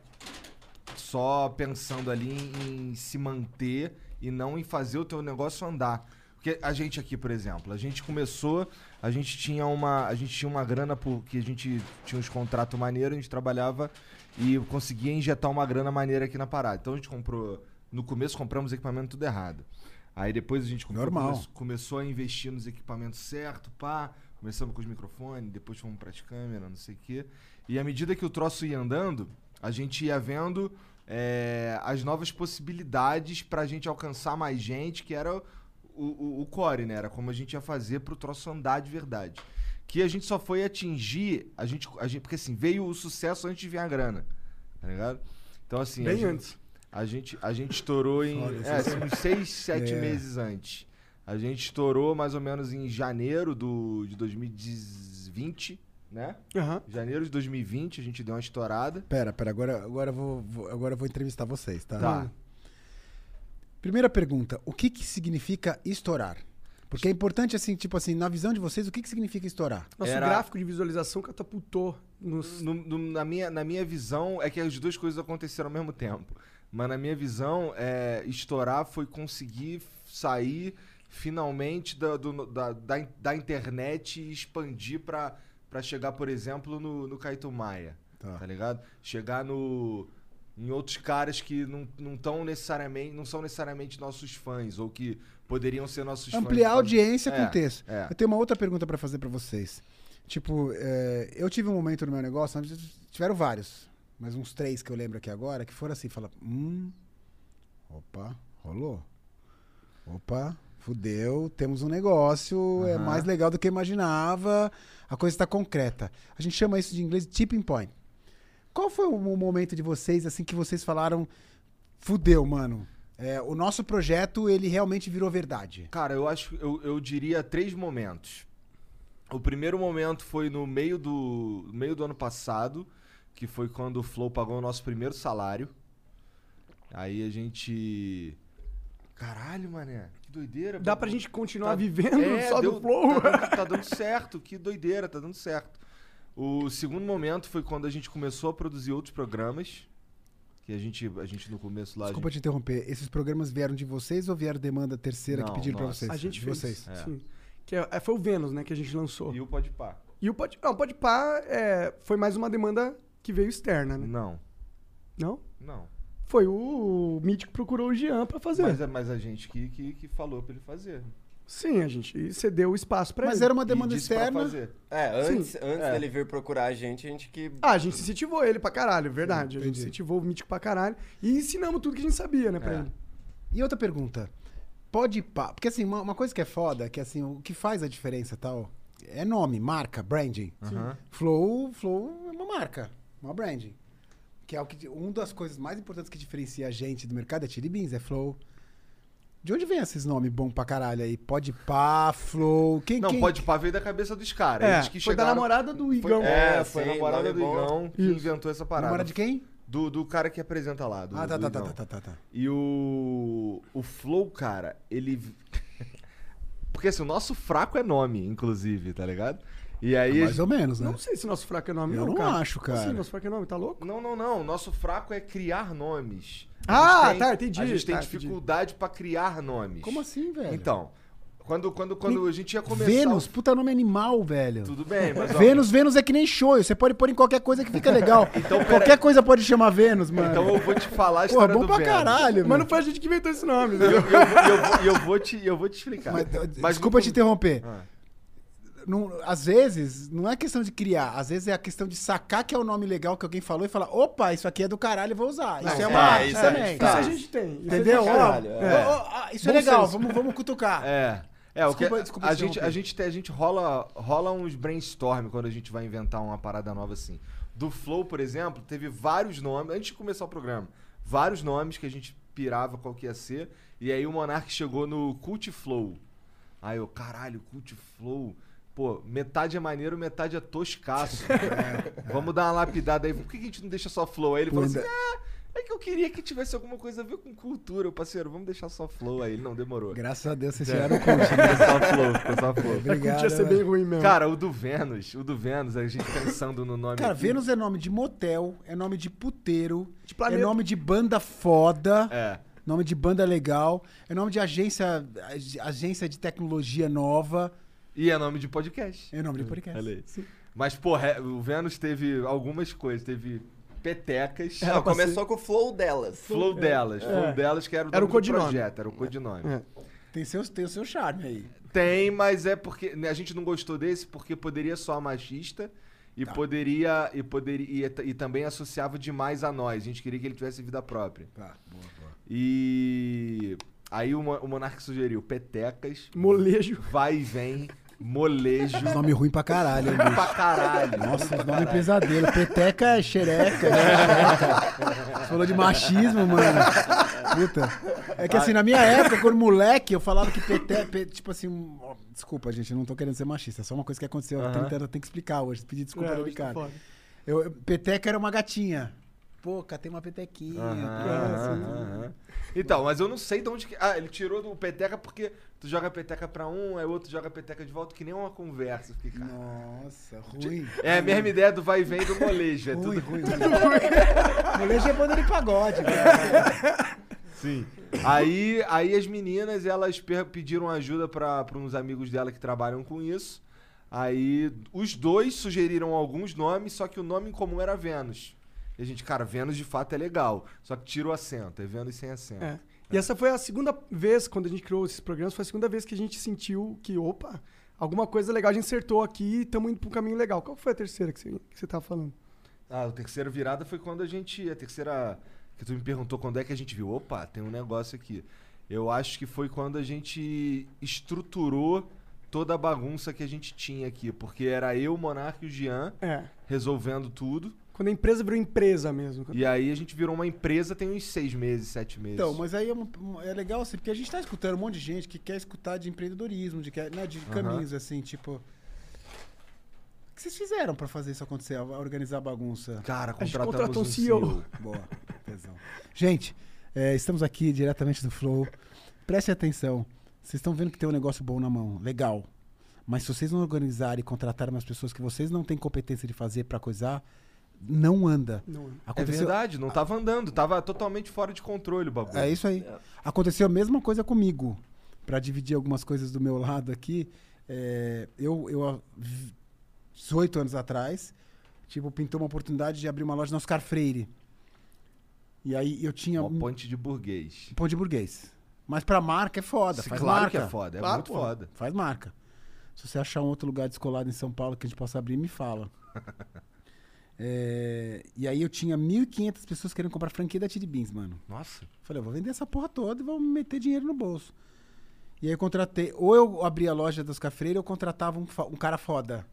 B: só pensando ali em, em se manter e não em fazer o teu negócio andar. Porque a gente aqui, por exemplo, a gente começou, a gente tinha uma, a gente tinha uma grana porque a gente tinha uns contratos maneiros, a gente trabalhava e conseguia injetar uma grana maneira aqui na parada. Então a gente comprou, no começo compramos equipamento tudo errado. Aí depois a gente comprou,
C: Normal.
B: começou- começou a investir nos equipamentos certo, pá, começamos com os microfones, depois fomos para as câmeras, não sei o quê. E à medida que o troço ia andando, a gente ia vendo é, as novas possibilidades pra gente alcançar mais gente, que era o, o, o core, né? Era como a gente ia fazer pro troço andar de verdade. Que a gente só foi atingir, a gente, a gente porque assim, veio o sucesso antes de vir a grana, tá ligado? Então assim, a
A: Bem
B: gente-
A: antes.
B: a gente, a gente estourou em é, assim, uns 6, 7
A: É.
B: meses antes. A gente estourou mais ou menos em janeiro do, de 2020, né?
A: Aham.
B: Janeiro de 2020 a gente deu uma estourada.
C: Pera, pera, agora, agora, eu vou, vou- agora eu vou entrevistar vocês, tá?
B: Tá.
C: Primeira pergunta, o que que significa estourar? Porque é importante, assim, tipo assim, na visão de vocês, o que que significa estourar?
A: Nosso
B: Era-
A: gráfico de visualização catapultou nos.
B: No- no- na, minha, na minha visão, é que as duas coisas aconteceram ao mesmo tempo. Mas na minha visão, é, estourar foi conseguir sair finalmente da, do- da, da, in- da internet e expandir pra, pra chegar, por exemplo, no, no Caeto Maia.
C: Tá.
B: Tá. ligado? Chegar no. Em outros caras que não, não, tão necessariamente, não são necessariamente nossos fãs, ou que poderiam ser nossos fãs.
C: Ampliar a audiência com
B: É,
C: o texto.
B: é.
C: Eu tenho uma outra pergunta pra fazer pra vocês. Tipo, é, eu tive um momento no meu negócio, mas tiveram vários, mas uns três que eu lembro aqui agora, que foram assim, fala, hum, opa, rolou. Opa, fudeu, temos um negócio, é mais legal do que eu imaginava, a coisa está concreta. A gente chama isso de inglês de tipping point. Qual foi o mo- momento de vocês, assim, que vocês falaram, fudeu, mano, é, o nosso projeto, ele realmente virou verdade?
B: Cara, eu acho, eu, eu diria três momentos. O primeiro momento foi no meio do no meio do ano passado, que foi quando o Flow pagou o nosso primeiro salário. Aí a gente Caralho, mané, que doideira.
A: Dá
B: pô.
A: pra gente continuar
B: Tá-
A: vivendo
B: É,
A: só
B: deu-
A: do flow?
B: Tá dando, tá dando certo, que doideira, tá dando certo. O segundo momento foi quando a gente começou a produzir outros programas. Que a gente, a gente no começo lá. a
C: Desculpa te interromper, esses programas vieram de vocês ou vieram demanda terceira
B: Não,
C: que pediram pra
B: nossa.
C: vocês?
A: A gente
C: de
A: fez.
C: vocês.
B: É.
A: Sim. Que é- é- foi o Vênus, né? Que a gente lançou.
B: gente- E o Pode Par.
A: E o Pode, não, o Pode Pá é, foi mais uma demanda que veio externa, né?
B: Não,
A: Não?
B: não.
A: Foi o, o Mítico procurou o Jean pra fazer.
B: Mas, é- mas a gente que, que, que falou pra ele fazer.
A: Sim, a gente cedeu o espaço pra
C: Mas
A: ele.
C: era uma
B: E
C: demanda
B: disse pra
C: externa.
B: fazer.
D: É,
A: Sim,
D: antes, antes
B: é.
D: dele vir procurar a gente, a gente que.
A: Ah, a gente incentivou ele pra caralho, é verdade. a gente
C: entendi.
A: incentivou o Mítico pra caralho. E ensinamos tudo que a gente sabia, né, pra
B: É.
A: ele.
C: E outra pergunta. Pode pá. Porque assim, uma, uma coisa que é foda, que assim, o que faz a diferença tal, é nome, marca, branding.
B: Aham.
C: Flow, Flow é uma marca, uma branding. um Que é o que, uma das coisas mais importantes que diferencia a gente do mercado é Chili Beans, é Flow. De onde vem esses nomes bom pra caralho aí? Pode pá, Flow. Quem,
B: Não,
C: quem...
B: pode pá veio da cabeça dos caras.
A: É,
B: Eles que
A: foi da
B: chegaram-
A: namorada do
B: Foi-
A: Igão.
B: É,
D: É,
B: foi
D: sim,
B: a namorada do
D: nome bom.
B: Igão que inventou essa parada.
C: Namora de quem?
B: Do, do cara que apresenta lá. do-
C: Ah, tá,
B: do
C: tá, tá,
B: Igão.
C: tá, tá, tá.
B: E o. O Flow, cara, ele. Porque assim, o nosso fraco é nome, inclusive, tá ligado? E aí. a
C: Mais
B: gente-
C: ou menos, né?
A: Não sei se nosso fraco é nome,
C: Eu não
A: cara.
C: acho,
A: Como assim,
C: cara.
A: nosso fraco é nome, tá louco?
B: Não, não, não. O nosso fraco é criar nomes. A
A: Ah,
B: gente
A: tá, entendi,
B: A gente tem
A: tá, entendi.
B: dificuldade pra criar nomes.
C: Como assim, velho?
B: Então, quando, quando, quando a gente ia começar.
C: Vênus,
B: o-
C: puta nome animal, velho.
B: Tudo bem, mas. ó,
C: Vênus, Vênus é que nem show. Você pode pôr em qualquer coisa que fica legal.
B: Então, pera-
C: qualquer coisa pode chamar Vênus, mano.
B: Então eu vou te falar a
C: Pô, é
B: história
C: bom
B: do
C: pra
B: Vênus.
C: caralho,
A: Mas
C: mano.
A: não foi a gente que inventou esse nome,
B: E
A: né?
B: eu, e eu, e eu, e eu vou te, e eu vou te explicar.
C: Mas, eh,
B: Mas
C: desculpa
B: no-
C: te interromper.
B: Ah.
C: Não- às vezes, não é questão de criar, às vezes é a questão de sacar que é o nome legal que alguém falou e falar: opa, isso aqui é do caralho, eu vou usar. Isso é,
D: é,
C: uma arte
D: isso é
C: também.
A: Isso a
D: tá.
A: gente tem. isso a
C: Entendeu?
A: gente
C: Ó,
A: tem.
D: Caralho,
C: ó,
D: é.
C: ó, ó, isso é
A: Bom
C: legal,
A: senso.
C: vamos, vamos cutucar.
B: É. É, o
C: Desculpa-
B: que,
C: desculpa
B: a,
C: te
B: gente, a,
C: interromper.
B: gente, tem- a gente rola, rola uns brainstorm quando a gente vai inventar uma parada nova assim. Do Flow, por exemplo, teve vários nomes, antes de começar o programa, vários nomes que a gente pirava qual que ia ser. E aí o Monark chegou no Cult Flow. Aí eu, caralho, Cult Flow. Pô, metade é maneiro, metade é toscaço. Vamos dar uma lapidada aí. Por que que a gente não deixa só Flow? Aí ele falou assim,
C: ainda-
B: é, é que eu queria que tivesse alguma coisa a ver com cultura. Eu, parceiro, vamos deixar só Flow aí. Ele não demorou.
C: Graças a Deus
B: É.
C: vocês tiraram o conte.
B: Ficou só flow, ficou só flow.
C: Obrigado.
A: Podia ser
C: mano.
A: bem ruim mesmo.
B: Cara, o do Vênus, o do Vênus, a gente pensando no nome.
C: Cara,
B: aqui.
C: Vênus é nome de motel, é nome de puteiro,
A: De planeta.
C: é nome de banda foda,
B: É.
C: nome de banda legal, é nome de agência, ag- agência de tecnologia nova,
B: E é nome de podcast.
C: é
A: Hum,
C: nome de podcast.
B: Olha aí. Mas, porra, é- o Vênus teve algumas coisas. Teve petecas,
D: Ela começou com o flow delas.
B: flow delas. Flow delas que era o,
A: Era o
B: nome do
A: codinome.
B: projeto, era o codinome.
A: É.
C: Tem, seus, tem o seu charme aí.
B: Tem, mas é porque né, a gente não gostou desse porque poderia soar machista e poderia e poderia e, t- e também associava demais a nós. A gente queria que ele tivesse vida própria.
C: Tá, boa, boa.
B: E aí o, Mo- o Monark sugeriu petecas,
A: Molejo.
B: vai e vem, molejo.
C: Nome ruim pra caralho, hein, bicho?
B: pra caralho.
C: Nossa,
B: pra
C: os nomes
B: caralho.
C: pesadelo. Peteca é xereca, né? xereca. Você falou de machismo, mano. Puta. É que assim, na minha época, quando moleque, eu falava que peteca. pe- tipo assim. um- ó, Desculpa, gente, eu não tô querendo ser machista. É só uma coisa que aconteceu há 30 anos. Eu tenho que explicar hoje. Pedir desculpa
A: É,
C: pra
A: hoje tá
C: cara.
A: foda.
C: Eu, eu- peteca era uma gatinha. Pô, catei uma petequinha.
B: Aham,
C: pô, assim.
B: aham. Então, mas eu não sei de onde que. Ah, ele tirou do peteca porque tu joga a peteca pra um, aí o outro joga a peteca de volta, que nem uma conversa. Eu fiquei, cara,
C: Nossa, ruim.
B: É a mesma ideia do vai e vem e do molejo. É
C: Ruim,
B: tudo
C: ruim, ruim. Molejo é banda de pagode, velho.
B: Sim. Aí, aí as meninas, elas per- pediram ajuda para uns amigos dela que trabalham com isso. Aí os dois sugeriram alguns nomes, só que o nome em comum era Vênus. E a gente, cara, Vênus de fato é legal. Só que tira o acento, é Vênus sem acento.
A: É. E essa foi a segunda vez, quando a gente criou esses programas, foi a segunda vez que a gente sentiu que, opa, alguma coisa legal a gente acertou aqui e estamos indo para um caminho legal. Qual foi a terceira que você, que você tava falando?
B: Ah, o terceiro virada foi quando a gente. A terceira. Que tu me perguntou quando é que a gente viu. Opa, tem um negócio aqui. Eu acho que foi quando a gente estruturou toda a bagunça que a gente tinha aqui. Porque era eu, o Monarca e o Jean
A: É.
B: resolvendo tudo.
A: Quando a empresa virou empresa mesmo.
B: E aí a gente virou uma empresa tem uns seis meses, sete meses.
C: Então, mas aí é, um- um- é legal assim, porque a gente tá escutando um monte de gente que quer escutar de empreendedorismo, de, que- né, de caminhos assim, tipo. O que vocês fizeram pra fazer isso acontecer, a- a organizar a bagunça?
B: Cara,
A: gente
B: contratamos
A: contratou
B: um
A: um CEO.
B: CEO.
C: Boa, tesão. Gente, é, estamos aqui diretamente do Flow. Prestem atenção. Vocês estão vendo que tem um negócio bom na mão, legal. Mas se vocês não organizarem e contratarem umas pessoas que vocês não têm competência de fazer pra coisar, não anda.
A: Não anda.
B: É
C: Aconteceu-
B: verdade, não tava andando, tava totalmente fora de controle o bagulho.
C: É isso aí. Aconteceu a mesma coisa comigo. Pra dividir algumas coisas do meu lado aqui, é, eu, eu, há 18 anos atrás, tipo, pintou uma oportunidade de abrir uma loja na Oscar Freire. E aí eu tinha
B: Uma
C: um
B: ponte de burguês.
C: pão de burguês. Mas pra marca é foda,
B: Sim,
C: faz
B: claro
C: marca.
B: que é foda, é
A: Claro,
B: muito
A: pô.
B: foda.
C: Faz marca. Se você achar um outro lugar descolado em São Paulo que a gente possa abrir, me fala. É, e aí eu tinha 1.500 pessoas querendo comprar franquia da Tiri Beans, mano.
B: Nossa.
C: Falei, eu vou vender essa porra toda e vou meter dinheiro no bolso. E aí eu contratei, ou eu abria a loja das cafreiras, eu contratava um, fo- um cara foda.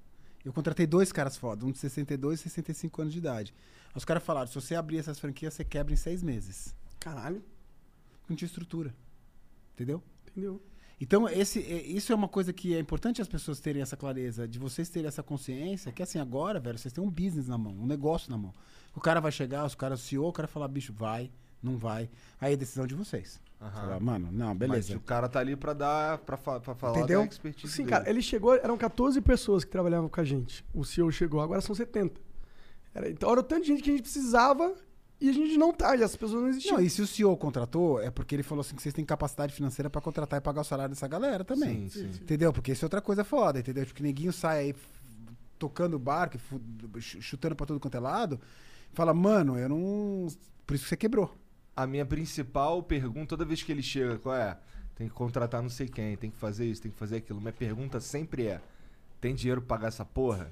C: Eu contratei dois caras foda, um de 62 e 65 anos de idade. Aí Os caras falaram, se você abrir essas franquias, você quebra em seis meses.
A: Caralho.
C: Não tinha estrutura. Entendeu?
A: Entendeu?
C: Então, esse, é- isso é uma coisa que é importante as pessoas terem essa clareza, de vocês terem essa consciência, que assim, agora, velho, vocês têm um business na mão, um negócio na mão. O cara vai chegar, os caras, o CEO, o cara fala, bicho, vai, não vai. Aí é decisão de vocês. Você fala, Mano, não, beleza.
B: Mas o cara tá ali pra dar, pra, fa- pra falar
C: Entendeu?
B: da expertise
A: Sim,
B: dele.
A: cara, ele chegou, eram 14 pessoas que trabalhavam com a gente. O CEO chegou, agora são 70. Era, então era o tanto de gente que a gente precisava e a gente não tá, e as pessoas não existiam.
C: Não, e se o CEO contratou, é porque ele falou assim que vocês têm capacidade financeira pra contratar e pagar o salário dessa galera também.
B: Sim, sim.
C: Entendeu? Porque isso é outra coisa foda, entendeu? Tipo, que neguinho sai aí f- tocando o barco, e fu- ch- chutando pra todo quanto é lado, fala, mano, eu não. Por isso que você quebrou.
B: A minha principal pergunta, toda vez que ele chega, qual é? Tem que contratar não sei quem, tem que fazer isso, tem que fazer aquilo. Minha pergunta sempre é: tem dinheiro pra pagar essa porra?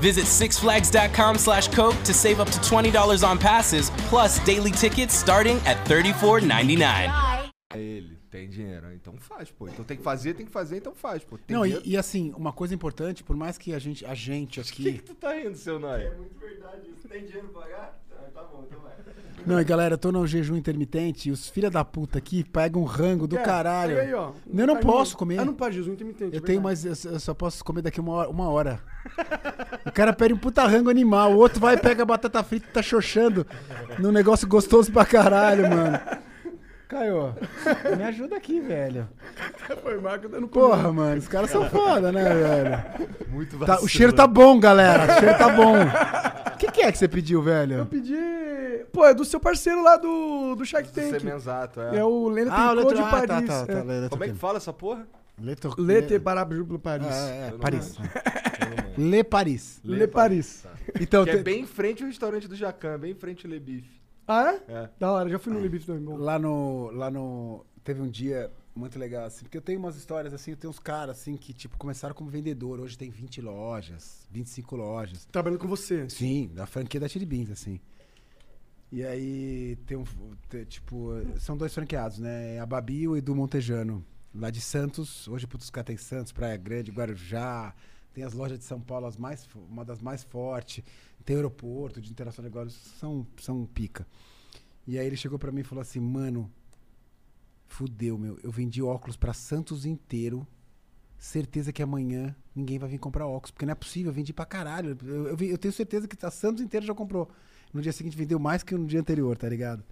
E: Visit sixflags.com slash Coke to save up to $20 on passes, plus daily tickets starting at $34.99.
B: É ele, tem dinheiro. Então faz, pô. Então tem que fazer, tem que fazer, então faz, pô. Tem
C: Não, e,
B: dinheiro.
C: e assim, uma coisa importante, por mais que a gente, a gente
B: O que,
C: aqui.
B: que tu tá rindo, seu Noia?
D: Muito verdade isso. Tem dinheiro pra pagar? Tá, tá bom, então vai.
C: Não, e galera, eu tô no jejum intermitente e os filha da puta aqui pegam um rango do
A: É,
C: caralho.
A: pega aí, ó.
C: eu não
A: Carninha.
C: posso comer.
A: Ah, não pode, Jesus, intermitente.
C: Eu tenho,
A: verdade.
C: mas eu s- eu só posso comer daqui uma hora. Uma hora. O cara pede um puta rango animal, o outro vai e pega a batata frita e tá xoxando num negócio gostoso pra caralho, mano. Caio, me ajuda aqui, velho.
A: Foi, Marco, tá eu não comi.
C: Porra, mano, os caras são foda, né, velho?
B: Muito
C: Tá-
B: vacilo.
C: o cheiro tá bom, galera. O cheiro tá bom. O que, que é que você pediu, velho?
A: Eu pedi. Pô, é do seu parceiro lá do, do Shark
B: Isso é
A: Tank.
B: mensato, é.
A: É o Lena
C: Ah, o
A: Tricot
C: Leto...
A: de
C: Ah, tá,
A: Paris.
C: tá, tá.
A: é.
C: Leto...
B: Como é que fala essa porra?
C: Leto...
A: Lete Barabjublo Paris.
C: Ah, é,
B: Eu não
C: Paris.
B: lembro.
C: Le Paris.
A: Le Paris.
C: Então,
B: Que é
C: te-
B: bem em frente ao restaurante do Jacan, bem em frente ao Le Bife.
A: Ah, é?
B: É.
A: Da hora, já fui no Libif também. bom.
C: Lá no, lá no. Teve um dia muito legal, assim, porque eu tenho umas histórias assim, eu tenho uns caras assim que, tipo, começaram como vendedor, hoje tem 20 lojas, 25 lojas.
A: Trabalhando com você.
C: Sim, da franquia da Chili Beans, assim. E aí tem um. te- tipo, são dois franqueados, né? A Babi e o Edu Montejano, lá de Santos. Hoje, putz, os caras tem Santos, Praia Grande, Guarujá. Tem as lojas de São Paulo, as mais, fo- uma das mais fortes. Tem o aeroporto de interação de negócios. São, são pica. E aí ele chegou pra mim e falou assim: mano, fudeu, meu. Eu vendi óculos pra Santos inteiro certeza que amanhã ninguém vai vir comprar óculos, porque não é possível, eu vendi pra caralho. Eu, eu vi- eu tenho certeza que a Santos inteiro já comprou. No dia seguinte vendeu mais que no dia anterior, tá ligado?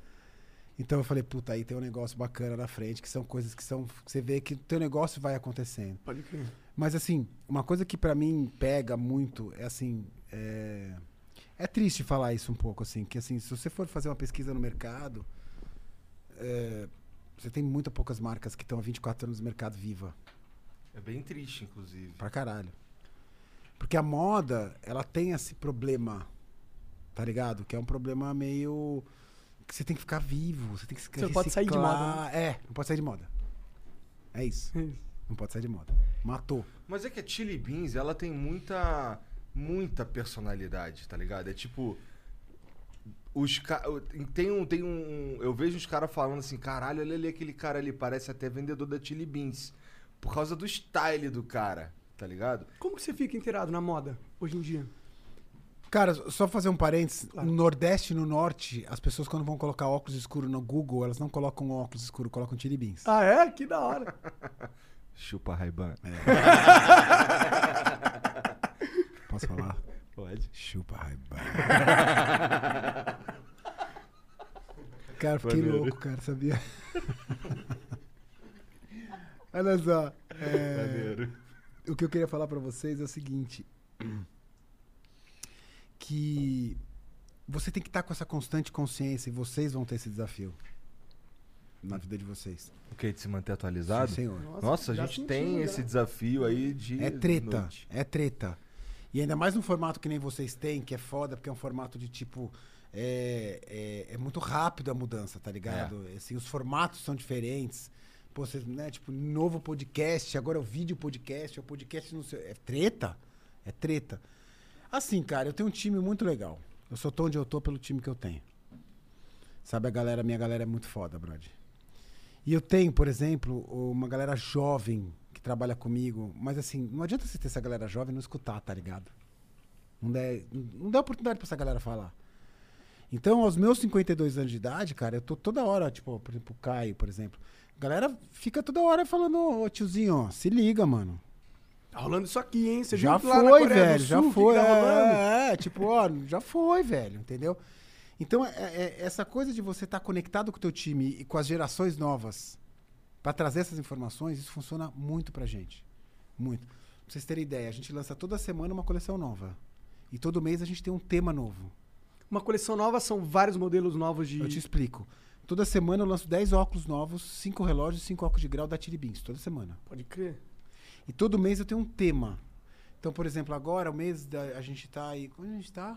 C: Então eu falei, puta, aí tem um negócio bacana na frente, que são coisas que são. que você vê que o teu negócio vai acontecendo.
A: Pode crer.
C: Mas assim, uma coisa que pra mim pega muito é assim. É... é triste falar isso um pouco, assim, que assim, se você for fazer uma pesquisa no mercado, é, você tem muito poucas marcas que estão há 24 anos no mercado viva.
B: É bem triste, inclusive.
C: Pra caralho. Porque a moda, ela tem esse problema, tá ligado? Que é um problema meio. que você tem que ficar vivo, você tem que se
A: Você não pode sair de
C: reciclar.
A: moda, né?
C: É, não pode sair de moda. É isso.
A: É isso.
C: Não pode sair de moda. Matou.
B: Mas é que a Chili Beans, ela tem muita, muita personalidade, tá ligado? É tipo. Os ca... tem, um, tem um. Eu vejo os caras falando assim: caralho, olha ali aquele cara ali, parece até vendedor da Chili Beans. Por causa do style do cara, tá ligado?
A: Como que você fica inteirado na moda hoje em dia?
C: Cara, só fazer um parênteses. No Nordeste e no Norte, as pessoas quando vão colocar óculos escuro no Google, elas não colocam óculos escuro, colocam chili beans.
A: Ah, é? Que da hora.
B: Chupa Raiban.
C: É. Posso falar?
B: Pode.
C: Chupa raiba. cara, fiquei
B: Maneiro.
C: louco, cara, sabia? Olha só. é, o que eu queria falar pra vocês é o seguinte. Que você tem que estar com essa constante consciência e vocês vão ter esse desafio na vida de vocês.
B: O que? De se manter atualizado?
C: Sim, senhor.
B: Nossa, a
A: já
B: gente
A: senti,
B: tem
A: já.
B: esse desafio aí de.
C: É treta,
B: noite.
C: é treta. E ainda mais num formato que nem vocês têm, que é foda, porque é um formato de tipo. É, é, é muito rápido a mudança, tá ligado?
B: É.
C: Assim, os formatos são diferentes. Pô, vocês, né? Tipo, novo podcast, agora é o vídeo podcast, é o podcast não sei. É treta? É treta. Assim, cara, eu tenho um time muito legal. Eu só tô onde eu tô pelo time que eu tenho. Sabe, a galera, minha galera é muito foda, Brody. E eu tenho, por exemplo, uma galera jovem que trabalha comigo. Mas assim, não adianta você ter essa galera jovem e não escutar, tá ligado? Não der, não der oportunidade pra essa galera falar. Então, aos meus 52 anos de idade, cara, eu tô toda hora, tipo, por exemplo, o Caio, por exemplo. A galera fica toda hora falando, ô tiozinho, ó, se liga, mano.
A: Tá rolando isso aqui, hein? Você
C: Já
A: viu lá na Coreia
C: foi,
A: do
C: velho,
A: Sul,
C: já
A: o que que
C: foi.
A: Tá rolando?
C: é, é, tipo, ó, já foi, velho, entendeu? Então, é- é- essa coisa de você estar conectado com o teu time e com as gerações novas pra trazer essas informações, isso funciona muito pra gente. Muito. Pra vocês terem ideia, a gente lança toda semana uma coleção nova. E todo mês a gente tem um tema novo.
A: Uma coleção nova são vários modelos novos de.
C: Eu te explico. Toda semana eu lanço 10 óculos novos, 5 relógios e 5 óculos de grau da Tiribins, toda semana.
A: Pode crer.
C: E todo mês eu tenho um tema. Então, por exemplo, agora, o mês da, a gente tá aí. Quando a gente tá?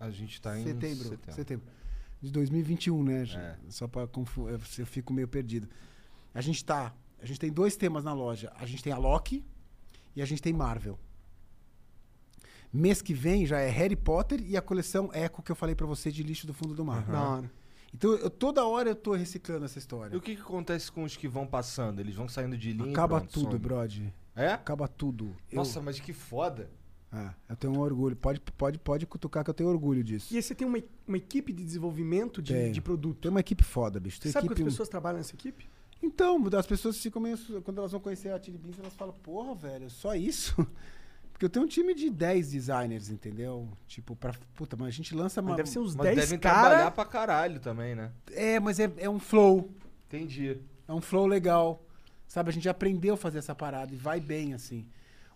B: A gente tá em
C: setembro, setembro.
B: setembro.
C: De 2021, né?
B: É.
C: Só pra confu- eh, eu eu fico meio perdido. A gente tá. A gente tem dois temas na loja. A gente tem a Loki e a gente tem Marvel. Mês que vem já é Harry Potter e a coleção Echo que eu falei pra você de lixo do fundo do mar.
A: Da hora.
C: Então eu- toda hora eu tô reciclando essa história.
B: E o que, que acontece com os que vão passando? Eles vão saindo de linha. e
C: Acaba
B: pronto,
C: tudo,
B: some.
C: Brody.
B: É?
C: Acaba tudo. Eu-
B: Nossa, mas que foda.
C: Ah, eu tenho um orgulho. Pode, pode, pode cutucar que eu tenho orgulho disso.
A: E aí você tem uma, uma equipe de desenvolvimento de,
C: Tenho.
A: de produto.
C: Tem uma equipe foda, bicho. Tem
A: Sabe
C: equipe... um
A: quantas pessoas trabalham nessa equipe?
C: Então, as pessoas ficam meio. su- Quando elas vão conhecer a Tilly Beans, elas falam, porra, velho, é só isso? Porque eu tenho um time de 10 designers, entendeu? Tipo, pra. Puta, mas a gente lança uma.
A: Mas deve ser um uns
B: Mas
A: 10
B: devem trabalhar
A: caras.
B: pra caralho também, né?
C: É, mas é, é um flow.
B: Entendi.
C: É um flow legal. Sabe, a gente aprendeu a fazer essa parada e vai bem, assim.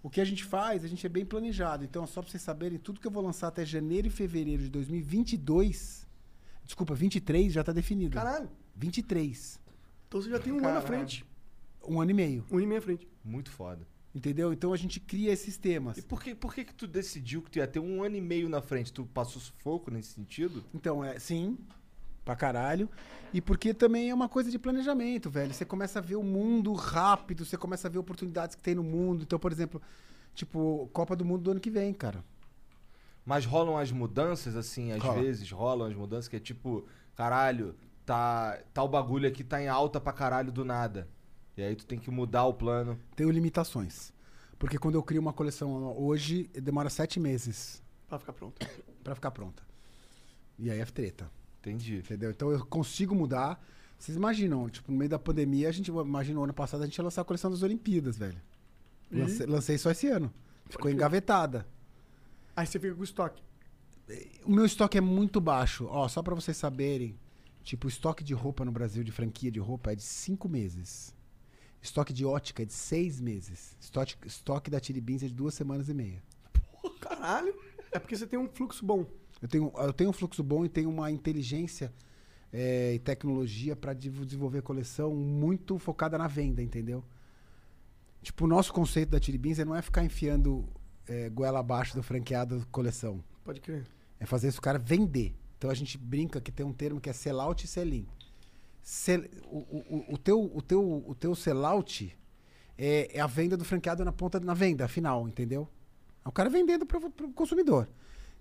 C: O que a gente faz, a gente é bem planejado. Então, só pra vocês saberem, tudo que eu vou lançar até janeiro e fevereiro de 2022, desculpa, 23, já tá definido.
A: Caralho.
C: 23.
A: Então você já tem um ano à
B: Caralho.
A: frente.
C: Um ano e meio.
A: Um ano e meio à frente.
B: Muito foda.
C: Entendeu? Então a gente cria esses temas.
B: E por que, por que que tu decidiu que tu ia ter um ano e meio na frente? Tu passou sufoco nesse sentido?
C: Então, é, sim, pra caralho. E porque também é uma coisa de planejamento, velho. Você começa a ver o mundo rápido, você começa a ver oportunidades que tem no mundo. Então, por exemplo, tipo, Copa do Mundo do ano que vem, cara.
B: Mas rolam as mudanças, assim, às
C: Rola.
B: vezes rolam as mudanças que é tipo, caralho, tá, tá o bagulho aqui tá em alta pra caralho do nada. E aí tu tem que mudar o plano.
C: Tenho limitações. Porque quando eu crio uma coleção hoje, demora sete meses
A: Pra ficar pronto.
C: pra ficar pronta. E aí é treta.
B: Entendi.
C: Entendeu? Então eu consigo mudar. Vocês imaginam, tipo, no meio da pandemia, a gente imaginou ano passado a gente ia lançar a coleção das Olimpíadas, velho. Lancei, lancei só esse ano. Ficou engavetada.
A: Aí você fica com o estoque.
C: O meu estoque é muito baixo. Ó, só pra vocês saberem, tipo, o estoque de roupa no Brasil, de franquia de roupa, é de cinco meses. Estoque de ótica é de seis meses. Estoque, estoque da Tiribins é de duas semanas e meia.
A: Caralho. É porque você tem um fluxo bom.
C: Eu tenho, eu tenho um fluxo bom e tenho uma inteligência eh, e tecnologia para desenvolver coleção muito focada na venda, entendeu? Tipo, o nosso conceito da Tiribins é não é ficar enfiando eh, goela abaixo do franqueado coleção.
A: Pode crer.
C: É fazer esse cara vender. Então a gente brinca que tem um termo que é sellout e sell-in. Sell- o, o- o- o teu, o, teu, o teu sellout é, é a venda do franqueado na ponta na venda final, entendeu? É o cara vendendo para o consumidor.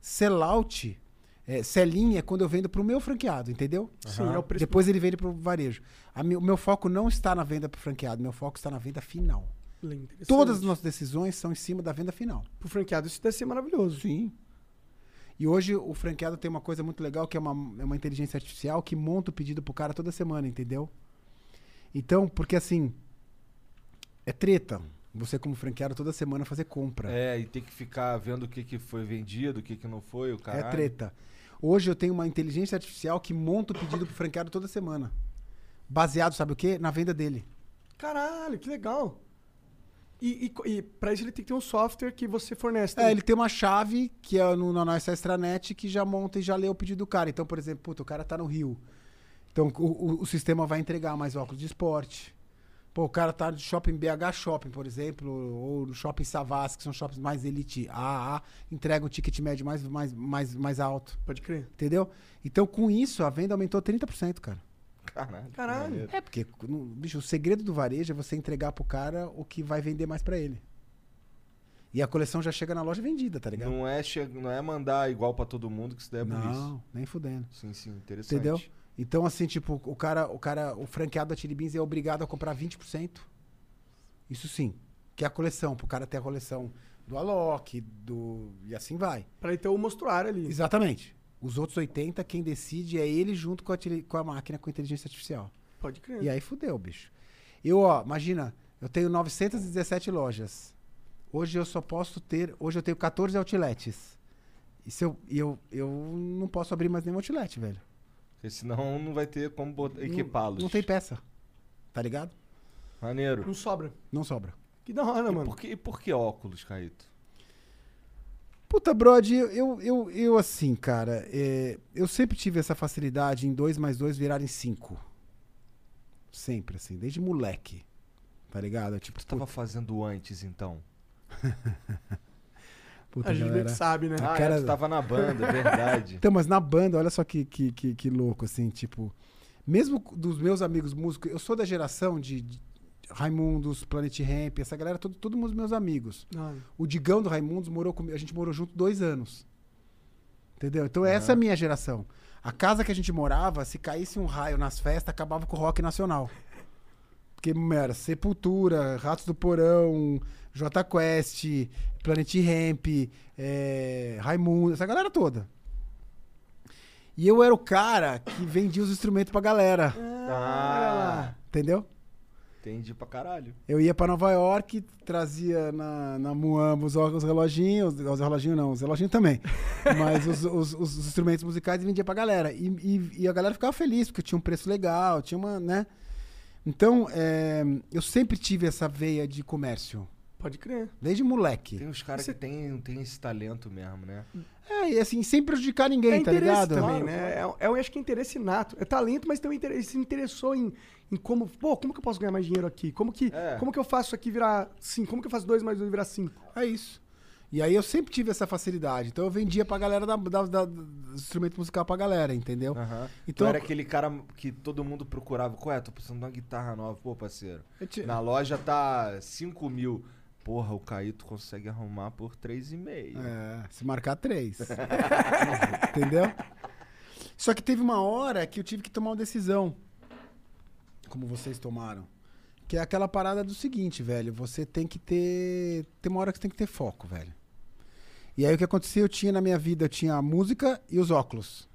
C: Sellout, é, sell-in é quando eu vendo para o meu franqueado, entendeu?
A: Sim, é o preço.
C: Depois ele vende para o varejo. A mi- o meu foco não está na venda para o franqueado, meu foco está na venda final.
A: Interessante.
C: Todas as nossas decisões são em cima da venda final.
A: Pro franqueado isso deve ser maravilhoso.
C: Sim. E hoje o franqueado tem uma coisa muito legal que é uma, é uma inteligência artificial que monta o pedido pro cara toda semana, entendeu? Então, porque assim. É treta. Você, como franqueado, toda semana fazer compra.
B: É, e tem que ficar vendo o que, que foi vendido, o que, que não foi, o caralho.
C: É treta. Hoje eu tenho uma inteligência artificial que monta o pedido pro franqueado toda semana. Baseado, sabe o quê? Na venda dele.
A: Caralho, que legal. E, e, co- e pra isso ele tem que ter um software que você fornece.
C: É, ele tem uma chave que é no, na nossa extranet que já monta e já lê o pedido do cara. Então, por exemplo, puta, o cara tá no Rio. Então o, o- o sistema vai entregar mais óculos de esporte. Pô, o cara tá no shopping BH Shopping, por exemplo, ou no shopping Savassi, que são shoppings mais elite AA, entrega um ticket médio mais, mais, mais, mais alto.
A: Pode crer.
C: Entendeu? Então, com isso, a venda aumentou 30%, cara.
B: Caralho.
A: Caralho.
B: maneiro.
C: É, porque, no- bicho, o segredo do varejo é você entregar pro cara o que vai vender mais pra ele. E a coleção já chega na loja vendida, tá ligado?
B: Não é, che- não é mandar igual pra todo mundo que isso daí é burrice.
C: Não, nem fudendo.
B: Sim, sim, interessante.
C: Entendeu? Então, assim, tipo, o cara, o cara, o franqueado da Chili Beans é obrigado a comprar 20%. Isso sim. Que é a coleção, pro cara ter a coleção do Alok, do. E assim vai.
A: Pra ele ter o mostruário ali.
C: Exatamente. Os outros 80, quem decide é ele junto com a, tele- com a máquina, com a inteligência artificial.
A: Pode crer.
C: E aí fudeu, bicho. Eu, ó, imagina, eu tenho 917 lojas. Hoje eu só posso ter. Hoje eu tenho 14 outlets. E se eu, e eu, eu não posso abrir mais nenhum outlet, velho.
B: Porque senão não vai ter como bot-
C: Não-
B: equipá-los.
C: Não tem peça. Tá ligado?
B: Maneiro.
A: Não sobra.
C: Não sobra.
A: Que da hora,
B: E
A: mano.
B: por, que, e por que óculos, Caíto?
C: Puta, Brody, eu, eu, eu, eu assim, cara, é, eu sempre tive essa facilidade em dois mais dois virarem cinco. Sempre, assim, desde moleque. Tá ligado? É Tipo,
B: Tu tava fazendo antes, então?
C: puta,
A: A gente meio
C: galera.
A: que sabe, né?
B: Ah,
C: cara-
B: é, tu tava na banda, é verdade.
C: Então, mas na banda, olha só que, que, que, que louco, assim, tipo. Mesmo c- dos meus amigos músicos, eu sou da geração de, de Raimundos, Planet Ramp, essa galera, todo, todo mundo meus amigos.
A: Ah,
C: O Digão do Raimundos morou comigo. A gente morou junto dois anos. Entendeu? Então essa é a minha geração. A casa que a gente morava, se caísse um raio nas festas, acabava com o rock nacional. Porque meu, era Sepultura, Ratos do Porão, J Quest, Planet Ramp, é, Raimundo, essa galera toda. E eu era o cara que vendia os instrumentos pra galera.
B: ah,
C: Entendeu?
B: entendi pra caralho.
C: Eu ia pra Nova York, trazia na, na Muamba os, os reloginhos, os reloginhos não, os reloginhos também, mas os, os- os instrumentos musicais e vendia pra galera. E, e- e a galera ficava feliz, porque tinha um preço legal, tinha uma, né? Então, é, eu sempre tive essa veia de comércio,
A: pode crer.
C: desde
B: Tem
C: moleque.
B: uns caras que tem, tem esse talento mesmo, né?
C: É, e assim, sem prejudicar ninguém,
A: É
C: tá
A: interesse
C: ligado?
A: também, né? É, é, eu acho que é interesse inato. É talento, mas tem um interesse. Se interessou em, em como. Pô, como que eu posso ganhar mais dinheiro aqui? Como que,
B: É.
A: como que eu faço isso aqui virar cinco? Como que eu faço dois mais dois virar cinco?
C: É isso. E aí eu sempre tive essa facilidade. Então eu vendia pra galera da, da, da, do instrumento musical pra galera, entendeu?
B: Aham. Então
C: Então-
B: era aquele cara que todo mundo procurava. Qual é? Tô precisando de uma guitarra nova. Pô, parceiro.
C: Eu te-
B: Na loja tá 5 mil. Porra, o Caíto consegue arrumar por 3,5.
C: É, se marcar três. Entendeu? Só que teve uma hora que eu tive que tomar uma decisão. Como vocês tomaram. Que é aquela parada do seguinte, velho. Você tem que ter. Tem uma hora que você tem que ter foco, velho. E aí o que aconteceu? Eu tinha na minha vida, eu tinha a música e os óculos.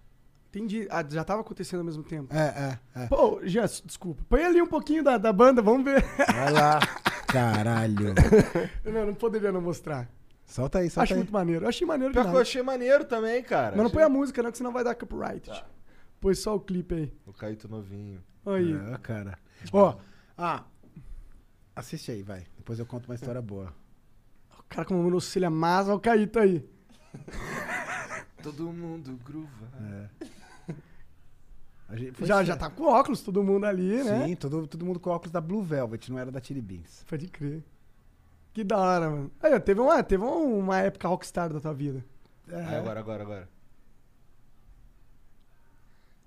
A: Entendi. Ah, já tava acontecendo ao mesmo tempo.
C: É, é, é.
A: Pô, Jean, desculpa. Põe ali um pouquinho da, da banda, vamos ver.
C: Vai lá. Caralho.
A: não, não poderia não mostrar.
C: Solta aí, solta
A: Acho
C: aí.
A: muito maneiro. Eu achei maneiro
B: Pior que eu
A: demais.
B: achei maneiro também, cara.
A: Mas não põe
B: Achei-
A: a música, não, que senão vai dar copyright. Põe só o clipe aí.
B: O Caíto novinho.
A: Aí.
C: É, cara. Ó, ah. Assiste aí, vai. Depois eu conto uma história boa.
A: O cara com uma monocelha massa, olha o Caíto aí.
B: Todo mundo gruva.
C: É. A gente- foi
A: Já,
C: isso,
A: já
C: né?
A: tá com óculos, todo mundo ali, né?
C: Sim, todo, todo mundo com óculos da Blue Velvet, não era da Chili Beans.
A: Pode crer. Que da hora, mano. Aí, ó, teve uma, teve um, uma época rockstar da tua vida.
B: Aí, agora, agora, agora.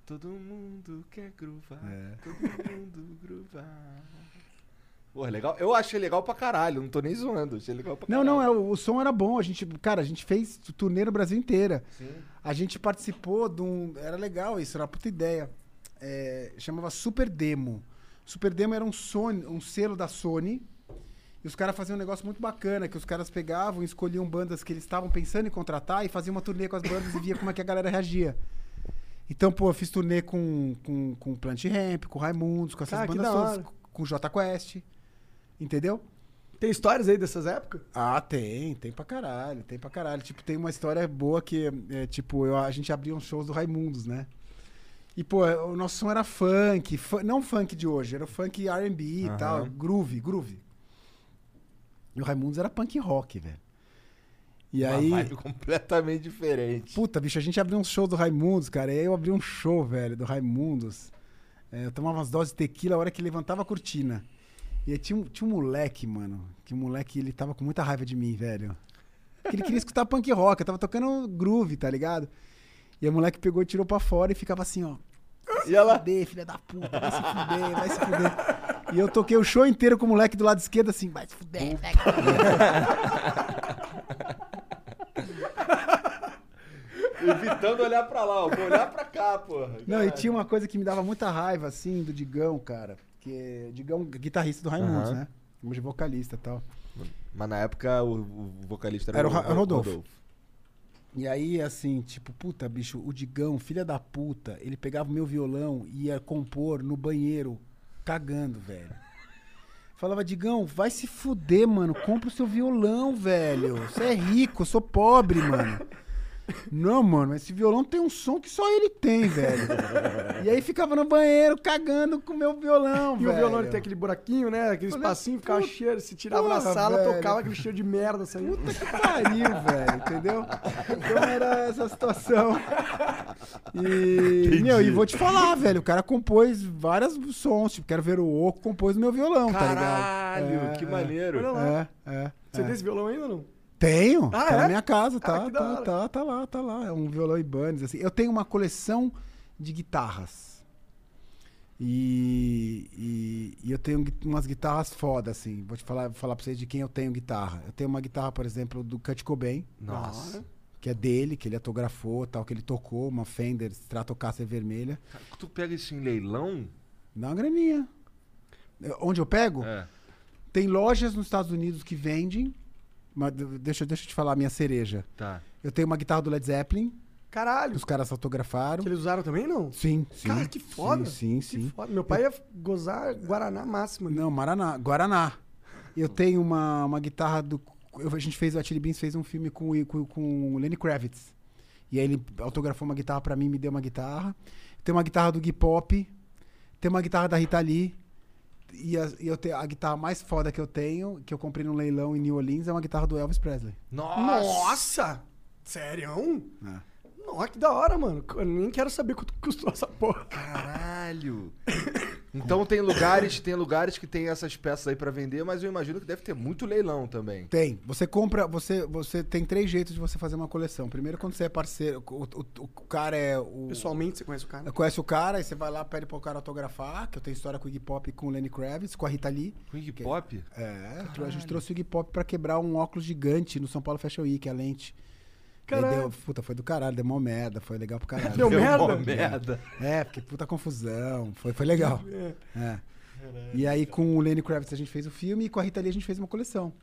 B: Todo mundo quer gruvar. Todo mundo gruvar. Porra, é legal. Eu achei legal pra caralho. Não tô nem zoando. Achei legal pra
C: Não,
B: caralho.
C: não, é, o, o som era bom. A gente, cara, a gente fez turnê no Brasil inteira. A gente participou de um. Era legal isso, era uma puta ideia. É, chamava Super Demo. Super Demo era um, Sony, um selo da Sony. E os caras faziam um negócio muito bacana, que os caras pegavam e escolhiam bandas que eles estavam pensando em contratar e faziam uma turnê com as bandas e via como é que a galera reagia. Então, pô, eu fiz turnê com, com, com Plant Ramp, com Raimundos, com essas
A: Cara, Ah, que
C: bandas
A: da
C: todas,
A: hora.
C: com J Quest. Entendeu?
A: Tem histórias aí dessas épocas?
C: Ah, tem, tem pra caralho, tem pra caralho. Tipo, tem uma história boa que, é, tipo, eu- a gente abria uns shows do Raimundos, né? E, pô, é, o nosso som era funk, fu- não funk de hoje, era funk RB e tal, groove, groove. E o Raimundos era punk rock, velho. é. E
B: Uma
C: aí.
B: vibe completamente diferente.
C: Puta, bicho, a gente abriu um show do Raimundos, cara. E aí eu abri um show, velho, do Raimundos. É, eu tomava umas doses de tequila a hora que levantava a cortina. E aí tinha um, tinha um moleque, mano. Que o moleque, ele tava com muita raiva de mim, velho. Porque ele queria escutar punk rock. Eu tava tocando groove, tá ligado? E aí o moleque pegou e tirou pra fora e ficava assim, ó.
B: E ela.
C: Fuder, filha da puta, vai se fuder, vai se fuder. E eu toquei o show inteiro com o moleque do lado esquerdo assim, vai se fuder, pega.
D: tentando olhar pra lá, ó. Vou olhar pra cá, porra.
C: Não, e tinha uma coisa que me dava muita raiva, assim, do Digão, cara. Que é Digão, guitarrista do Raimundos,
B: Aham.
C: né? Hoje vocalista e tal.
B: Mas na época o, o vocalista era,
C: um- Era o Ra- Rodolfo. E aí, assim, tipo, puta, bicho, o Digão, filha da puta, ele pegava o meu violão e ia compor no banheiro, cagando, velho. Falava, Digão, vai se fuder, mano. Compra o seu violão, velho. Você é rico, eu sou pobre, mano. Não, mano, esse violão tem um som que só ele tem, velho. E aí ficava no banheiro cagando com o meu violão,
A: E
C: velho.
A: o violão ele tem aquele buraquinho, né? Aquele
C: Falei,
A: espacinho, ficava
C: puta,
A: cheiro, se tirava na
C: porra,
A: sala,
C: velho.
A: tocava aquele cheiro de merda saindo.
C: Puta que pariu, velho, entendeu? Então era essa situação. E. Meu, e vou te falar, velho, o cara compôs vários sons, tipo, quero ver o Oco, compôs no meu violão,
B: Caralho,
C: É,
B: que
C: é.
B: maneiro.
A: Olha
C: tá
A: lá.
C: ligado? É, é.
A: Você tem esse violão ainda ou não?
C: Tenho,
A: Ah,
C: tá
A: é?
C: na minha casa,
A: Cara,
C: tá,
A: que da
C: tá,
A: hora.
C: tá, tá lá, tá lá. É um violão Ibanez, assim. Eu tenho uma coleção de guitarras. E, e- e eu tenho gui- umas guitarras foda, assim. Vou te falar, vou falar pra vocês de quem eu tenho guitarra. Eu tenho uma guitarra, por exemplo, do Kurt Cobain,
B: Nossa.
C: que é dele, que ele autografou, tal, que ele tocou, uma Fender Stratocaster vermelha.
B: Cara, tu pega isso em leilão?
C: Dá uma graninha. Eu- Onde eu pego?
B: É.
C: Tem lojas nos Estados Unidos que vendem. Mas de- deixa, deixa eu te falar a minha cereja.
B: Tá.
C: Eu tenho uma guitarra do Led Zeppelin, que
A: Caralho.
C: os caras autografaram.
A: Que eles usaram também, não?
C: Sim, sim.
A: Cara, que foda.
C: Sim, sim.
A: Que
C: sim.
A: foda. Meu pai ia gozar Guaraná máximo.
C: Não, Maraná, Guaraná. Eu tenho uma, uma guitarra do. eu- a gente fez, o Atili Beans fez um filme com, o- com, com o Lenny Kravitz. E aí ele autografou uma guitarra pra mim, me deu uma guitarra. Tem uma guitarra do Gui Pop. Tem uma guitarra da Rita Lee. E, a, e eu tenho a guitarra mais foda que eu tenho, que eu comprei num leilão em New Orleans, é uma guitarra do Elvis Presley.
B: Nossa!
A: Nossa! É. Sério? Nossa, que da hora, mano. Eu nem quero saber quanto custou essa porra.
B: Caralho. Então tem lugares, tem lugares que tem essas peças aí pra vender, mas eu imagino que deve ter muito leilão também.
C: Tem. Você compra, você, você tem três jeitos de você fazer uma coleção. Primeiro, quando você é parceiro, o, o- o cara é o.
A: Pessoalmente, você conhece o cara?
C: Conhece o cara, aí você vai lá, pede pro cara autografar, que eu tenho história com o Iggy Pop e com o Lenny Kravitz, com a Rita Lee.
B: Com hip hop?
C: É, a gente trouxe o Iggy Pop pra quebrar um óculos gigante no São Paulo Fashion Week, a lente. E aí
A: Caralho.
C: Deu, puta, foi do caralho, deu mó merda, foi legal pro caralho.
A: Deu merda?
B: mó merda.
C: É, porque puta confusão, foi, foi legal. É. E aí com o Lenny Kravitz a gente fez o filme e com a Rita Lee a gente fez uma coleção.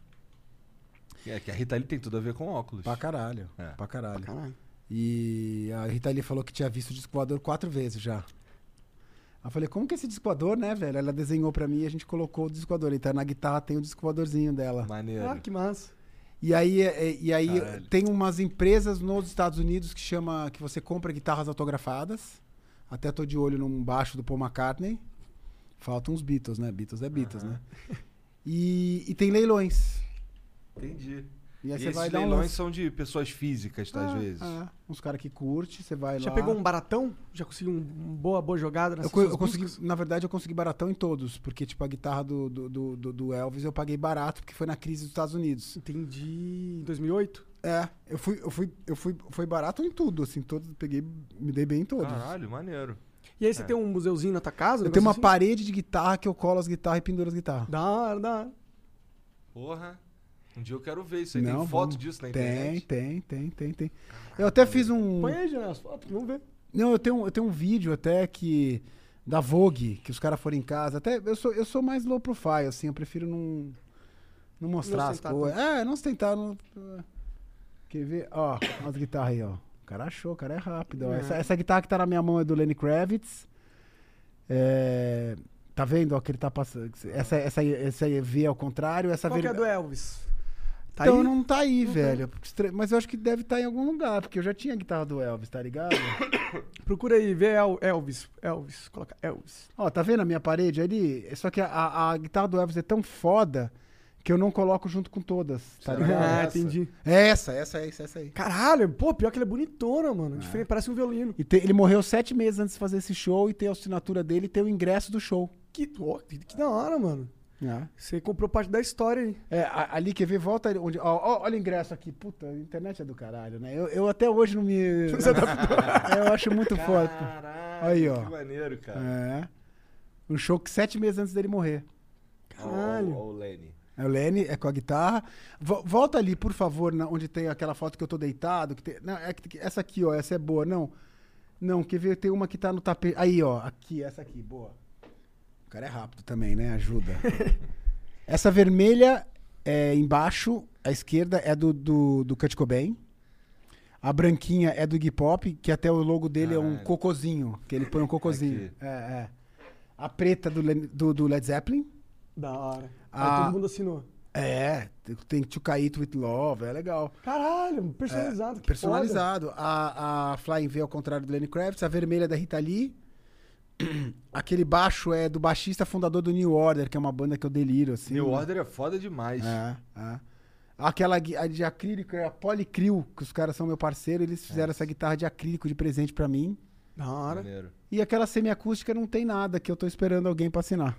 B: É que a Rita Lee tem tudo a ver com óculos.
C: Pra caralho,
B: É.
C: pra caralho.
A: Caralho.
C: E a Rita Lee falou que tinha visto o disco voador quatro vezes já. Aí eu falei, como que é esse disco voador, né, velho? Ela desenhou pra mim e a gente colocou o disco voador. Então na guitarra tem o disco voadorzinho dela.
B: Maneiro.
A: Ah, que massa.
C: E aí, é, e aí
B: Caralho.
C: tem umas empresas nos Estados Unidos que chama que você compra guitarras autografadas. Até tô de olho num baixo do Paul McCartney. Faltam uns Beatles, né? Beatles é Beatles, né? E, e tem leilões.
B: Entendi.
C: E
B: E
C: aí você
B: esses
C: vai dar um
B: leilões
C: lance.
B: são de pessoas físicas, tá, às
C: Ah,
B: vezes.
C: ah, uns caras que curte, você vai
A: Já
C: É lá.
A: pegou um baratão? Já conseguiu um, um boa, boa jogada nessa
C: Eu, co- eu consegui, na verdade, eu consegui baratão em todos, porque, tipo, a guitarra do, do, do- do- do Elvis eu paguei barato, porque foi na crise dos Estados Unidos.
A: Entendi. Em 2008?
C: É, eu fui, eu fui, eu fui, foi barato em tudo, assim, todos, peguei, me dei bem em todos.
B: Caralho, maneiro.
A: E aí você tem um museuzinho na tua casa? um
C: É. Eu tenho uma
A: negócio assim?
C: parede de guitarra que eu colo as guitarras e penduro as guitarras.
A: Da hora, da hora.
B: Porra. Um dia eu quero ver isso aí. tem foto
C: vamos-
B: disso na
C: Tem,
B: internet?
C: tem, tem, tem, tem. Eu até fiz um...
A: Põe aí, Janel, as fotos, vamos ver.
C: Não, eu tenho, eu tenho um vídeo até que... Da Vogue, que os caras foram em casa. Até eu sou, eu sou mais low profile, assim, eu prefiro não, não mostrar as
A: ostentar
C: coisas. É, não ostentar. Não... Quer ver? Ó, as guitarras aí, ó. O cara achou, o cara é rápido. ó. Essa, essa guitarra que tá na minha mão é do Lenny Kravitz. É, Tá vendo? Ó, que ele tá passando. Essa, essa, essa é V ao contrário, essa
A: Qual que
C: ver-
A: é do Elvis? Tá
C: então
A: aí?
C: não tá aí, velho. Porque estra- Mas eu acho que deve estar em algum lugar, porque eu já tinha a guitarra do Elvis, tá ligado?
A: Procura aí, vê El- Elvis. Elvis, coloca Elvis.
C: Ó, tá vendo a minha parede ali? É Só que a, a- a guitarra do Elvis é tão foda que eu não coloco junto com todas, tá
B: Será que
C: ligado?
B: é
A: Ah,
B: essa?
A: entendi.
C: É Essa, essa aí, essa, essa aí.
A: Caralho, pô, pior que ele é bonitona, mano. Diferente, parece um violino.
C: E tem- ele morreu sete meses antes de fazer esse show e tem a assinatura dele e tem o ingresso do show.
A: Que, ó, que, que da hora, mano. Você comprou parte da história aí.
C: É, a- ali, quer ver? Volta ali onde. Ó, ó, olha o ingresso aqui. Puta, a internet é do caralho, né? Eu, eu até hoje não me. eu acho muito foda. É.
B: Caralho,
C: Aí, ó.
B: que maneiro, cara.
C: É. Um show que sete meses antes dele morrer.
B: Ó, ó,
A: Caralho.
B: ó o Lenny.
C: É o Lene, é com a guitarra. Vo- volta ali, por favor, na- onde tem aquela foto que eu tô deitado. que tem- não, é que- que- essa aqui, ó, essa é boa. Não, não, quer ver? Tem uma que tá no tapete. Aí, ó, aqui, essa aqui, boa. O cara é rápido também, né? Ajuda. essa vermelha é embaixo, à esquerda, é do, do, do Kurt Cobain. A branquinha é do Iggy Pop, que até o logo dele é um
B: Caralho.
C: cocôzinho, que ele põe um cocôzinho.
B: Aqui.
C: É, é. A preta do, Len- do, do Led Zeppelin.
A: Da hora.
C: Ah.
A: Aí todo mundo assinou.
C: É, tem To Kite With Love, é legal.
A: Caralho, personalizado. que
C: Personalizado. A, a Flying V ao contrário do Lenny Kravitz, a vermelha é da Rita Lee. Aquele baixo é do baixista fundador do New Order, que é uma banda que eu deliro, assim.
B: New Order é foda demais.
C: É, é. Aquela gui- a de acrílico, é a Polycril, que os caras são meu parceiro, eles
B: É.
C: fizeram essa guitarra de acrílico de presente pra mim.
A: foda. Da hora.
B: Maneiro.
C: E aquela semiacústica não tem nada, que eu tô esperando alguém pra assinar.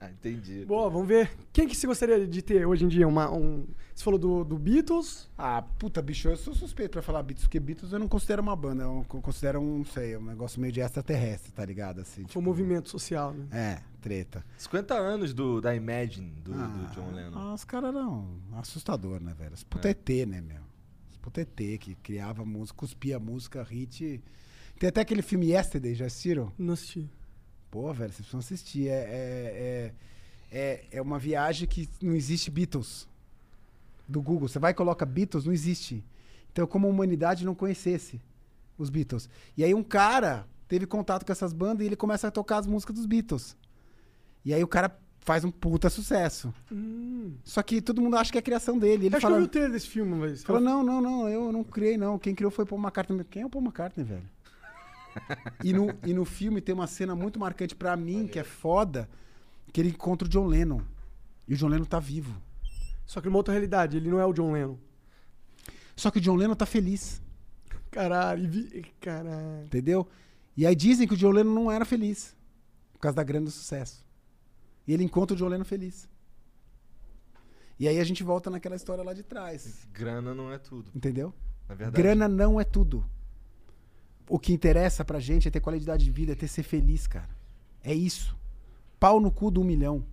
B: Ah, entendi.
A: Boa, vamos ver. Quem que você gostaria de ter hoje em dia? Uma, um... Você falou do, do Beatles.
C: Ah, puta, bicho, eu sou suspeito pra falar Beatles, porque Beatles eu não considero uma banda, eu co- considero um, não sei, um negócio meio de extraterrestre, tá ligado? Assim,
A: Foi um movimento social, né?
C: É, treta.
B: 50 anos do, da Imagine, do, do John Lennon.
C: Ah, os caras eram assustador, né, velho? Os puta
B: É.
C: ET, né, meu? Os puta ET que criava música, cuspia música, hit. Tem até aquele filme Yesterday, já assistiram?
A: Não assisti.
C: Pô, velho, vocês precisam assistir. É, é, é, é, é uma viagem que não existe Beatles. Do Google. Você vai e coloca Beatles, não existe. Então, como a humanidade não conhecesse os Beatles. E aí um cara teve contato com essas bandas e ele começa a tocar as músicas dos Beatles. E aí o cara faz um puta sucesso. Só que todo mundo acha que é a criação dele. Ele
A: Acho
C: fala,
A: que Hum. eu vi o trailer desse filme, mas...
C: falou, não, não, não, eu não criei, não. Quem criou foi Paul McCartney. Quem é o Paul McCartney, velho? e, no, e no filme tem uma cena muito marcante pra mim, que é foda, que ele encontra o John Lennon. E o John Lennon tá vivo.
A: Só que numa outra realidade, ele não é o John Lennon.
C: Só que o John Lennon tá feliz,
A: Caralho, vi- caralho.
C: entendeu? E aí dizem que o John Lennon não era feliz, por causa da grana e do sucesso. E ele encontra o John Lennon feliz. E aí a gente volta naquela história lá de trás,
B: Grana não é tudo,
C: entendeu?
B: na verdade.
C: Grana não é tudo. O que interessa pra gente é ter qualidade de vida, é ter ser feliz, cara. É isso. Pau no cu do um milhão.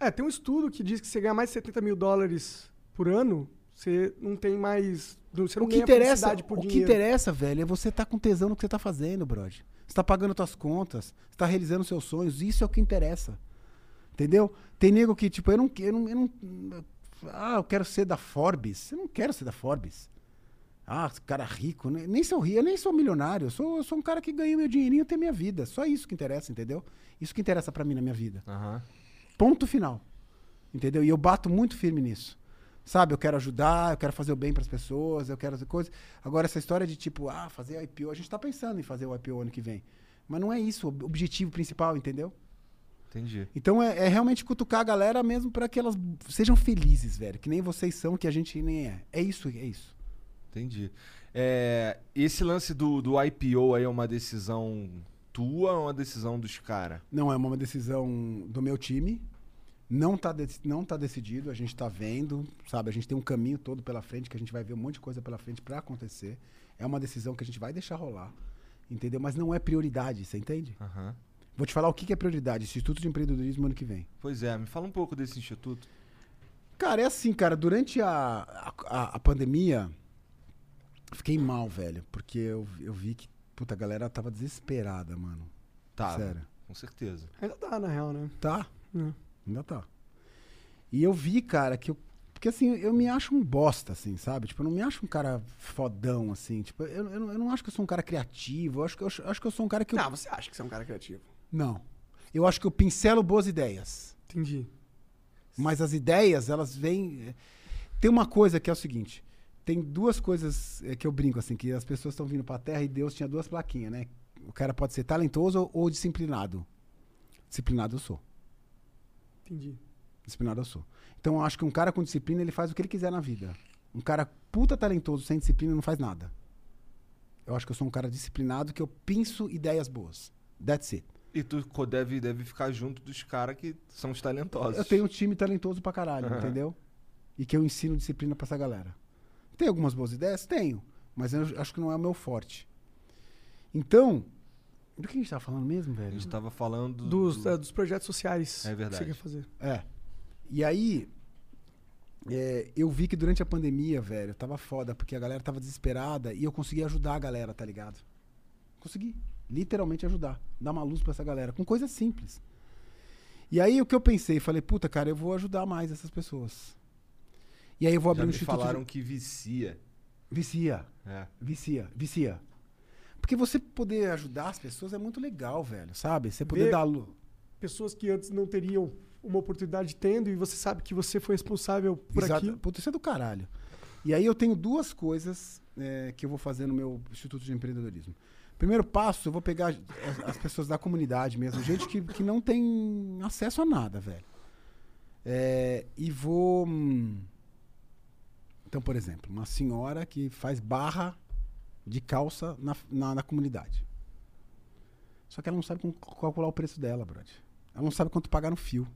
A: É, tem um estudo que diz que você ganha mais de 70 mil dólares por ano, você não tem mais. não- Você não
C: O que
A: ganha
C: interessa,
A: felicidade por
C: o que
A: dinheiro.
C: interessa, velho, é você tá com tesão no que você tá fazendo, brother. Você tá pagando suas contas, você tá realizando seus sonhos, isso é o que interessa. Entendeu? Tem nego que, tipo, eu não quero. Eu não, ah, eu quero ser da Forbes. Eu não quero ser da Forbes. Ah, esse cara rico. né? Nem sou rico, eu nem sou milionário. Eu sou, eu sou um cara que ganha meu dinheirinho e tem minha vida. Só isso que interessa, entendeu? Isso que interessa pra mim na minha vida.
B: Aham.
C: Ponto final. Entendeu? E eu bato muito firme nisso. Sabe, eu quero ajudar, eu quero fazer o bem pras pessoas, eu quero fazer coisas. Agora, essa história de tipo, ah, fazer IPO, a gente tá pensando em fazer o IPO ano que vem. Mas não é isso o ob- objetivo principal, entendeu?
B: Entendi.
C: Então é, é realmente cutucar a galera mesmo pra que elas sejam felizes, velho. Que nem vocês são, que a gente nem é. É isso, é isso.
B: Entendi. É, esse lance do, do IPO aí é uma decisão tua ou uma decisão dos caras?
C: Não é uma decisão do meu time. Não tá, dec- não tá decidido, a gente tá vendo, sabe? A gente tem um caminho todo pela frente, que a gente vai ver um monte de coisa pela frente pra acontecer. É uma decisão que a gente vai deixar rolar, entendeu? Mas não é prioridade, você entende?
B: Aham.
C: Vou te falar o que que é prioridade. Instituto de Empreendedorismo ano que vem.
B: Pois é, me fala um pouco desse instituto.
C: Cara, é assim, cara, durante a, a, a pandemia, fiquei mal, velho. Porque eu, eu vi que, puta, a galera tava desesperada, mano.
B: Tá.
C: Sério.
B: Com certeza.
A: Ainda tá, na real, né?
C: Tá?
A: É.
C: Ainda tá. E eu vi, cara, que eu. Porque assim, eu me acho um bosta, assim, sabe? Tipo, eu não me acho um cara fodão, assim. Tipo, eu, eu, não, eu não acho que eu sou um cara criativo. Eu acho, que- eu acho, eu acho que eu sou um cara que. Eu...
A: Não, você acha que você é um cara criativo.
C: não. Eu acho que eu pincelo boas ideias.
A: Entendi.
C: Mas as ideias, elas vêm. eh, Tem uma coisa que é o seguinte: tem duas coisas eh, que eu brinco, assim, que as pessoas estão vindo pra terra e Deus tinha duas plaquinhas, né? O cara pode ser talentoso ou- ou disciplinado. Disciplinado eu sou.
A: Entendi.
C: Disciplinado eu sou. Então eu acho que um cara com disciplina, ele faz o que ele quiser na vida. Um cara puta talentoso sem disciplina não faz nada. Eu acho que eu sou um cara disciplinado que eu pinço ideias boas. That's it.
B: E tu co- deve, deve ficar junto dos caras que são os talentosos.
C: Eu tenho um time talentoso pra caralho,
B: Aham.
C: entendeu? E que eu ensino disciplina pra essa galera. Tem algumas boas ideias? Tenho. Mas eu acho que não é o meu forte. Então, do que a gente tava falando mesmo,
B: A
C: velho?
B: gente tava falando
A: Dos,
B: do-
A: é, dos projetos sociais
B: É verdade.
A: que você quer fazer.
C: É. E aí, é, eu vi que durante a pandemia, velho, tava foda, porque a galera tava desesperada e eu consegui ajudar a galera, tá ligado? Consegui. Literalmente ajudar. Dar uma luz pra essa galera. Com coisas simples. E aí o que eu pensei? Falei, puta, cara, eu vou ajudar mais essas pessoas. E aí eu vou abrir
B: Já
C: um
B: me
C: instituto. de-
B: falaram que vicia.
C: Vicia.
B: É.
C: Vicia, vicia. Porque você poder ajudar as pessoas é muito legal, velho, sabe? Você poder
A: Vê-
C: dar luz.
A: Pessoas que antes não teriam uma oportunidade tendo e você sabe que você foi responsável por
C: Exato.
A: aquilo.
C: Puta, isso é do caralho. E aí eu tenho duas coisas é, que eu vou fazer no meu Instituto de Empreendedorismo. Primeiro passo, eu vou pegar as- as pessoas da comunidade mesmo, gente que, que não tem acesso a nada, velho. É, e vou. hum, Então, por exemplo, uma senhora que faz barra de calça na, na, na comunidade. Só que ela não sabe como calcular o preço dela, brother. Ela não sabe quanto pagar no fio,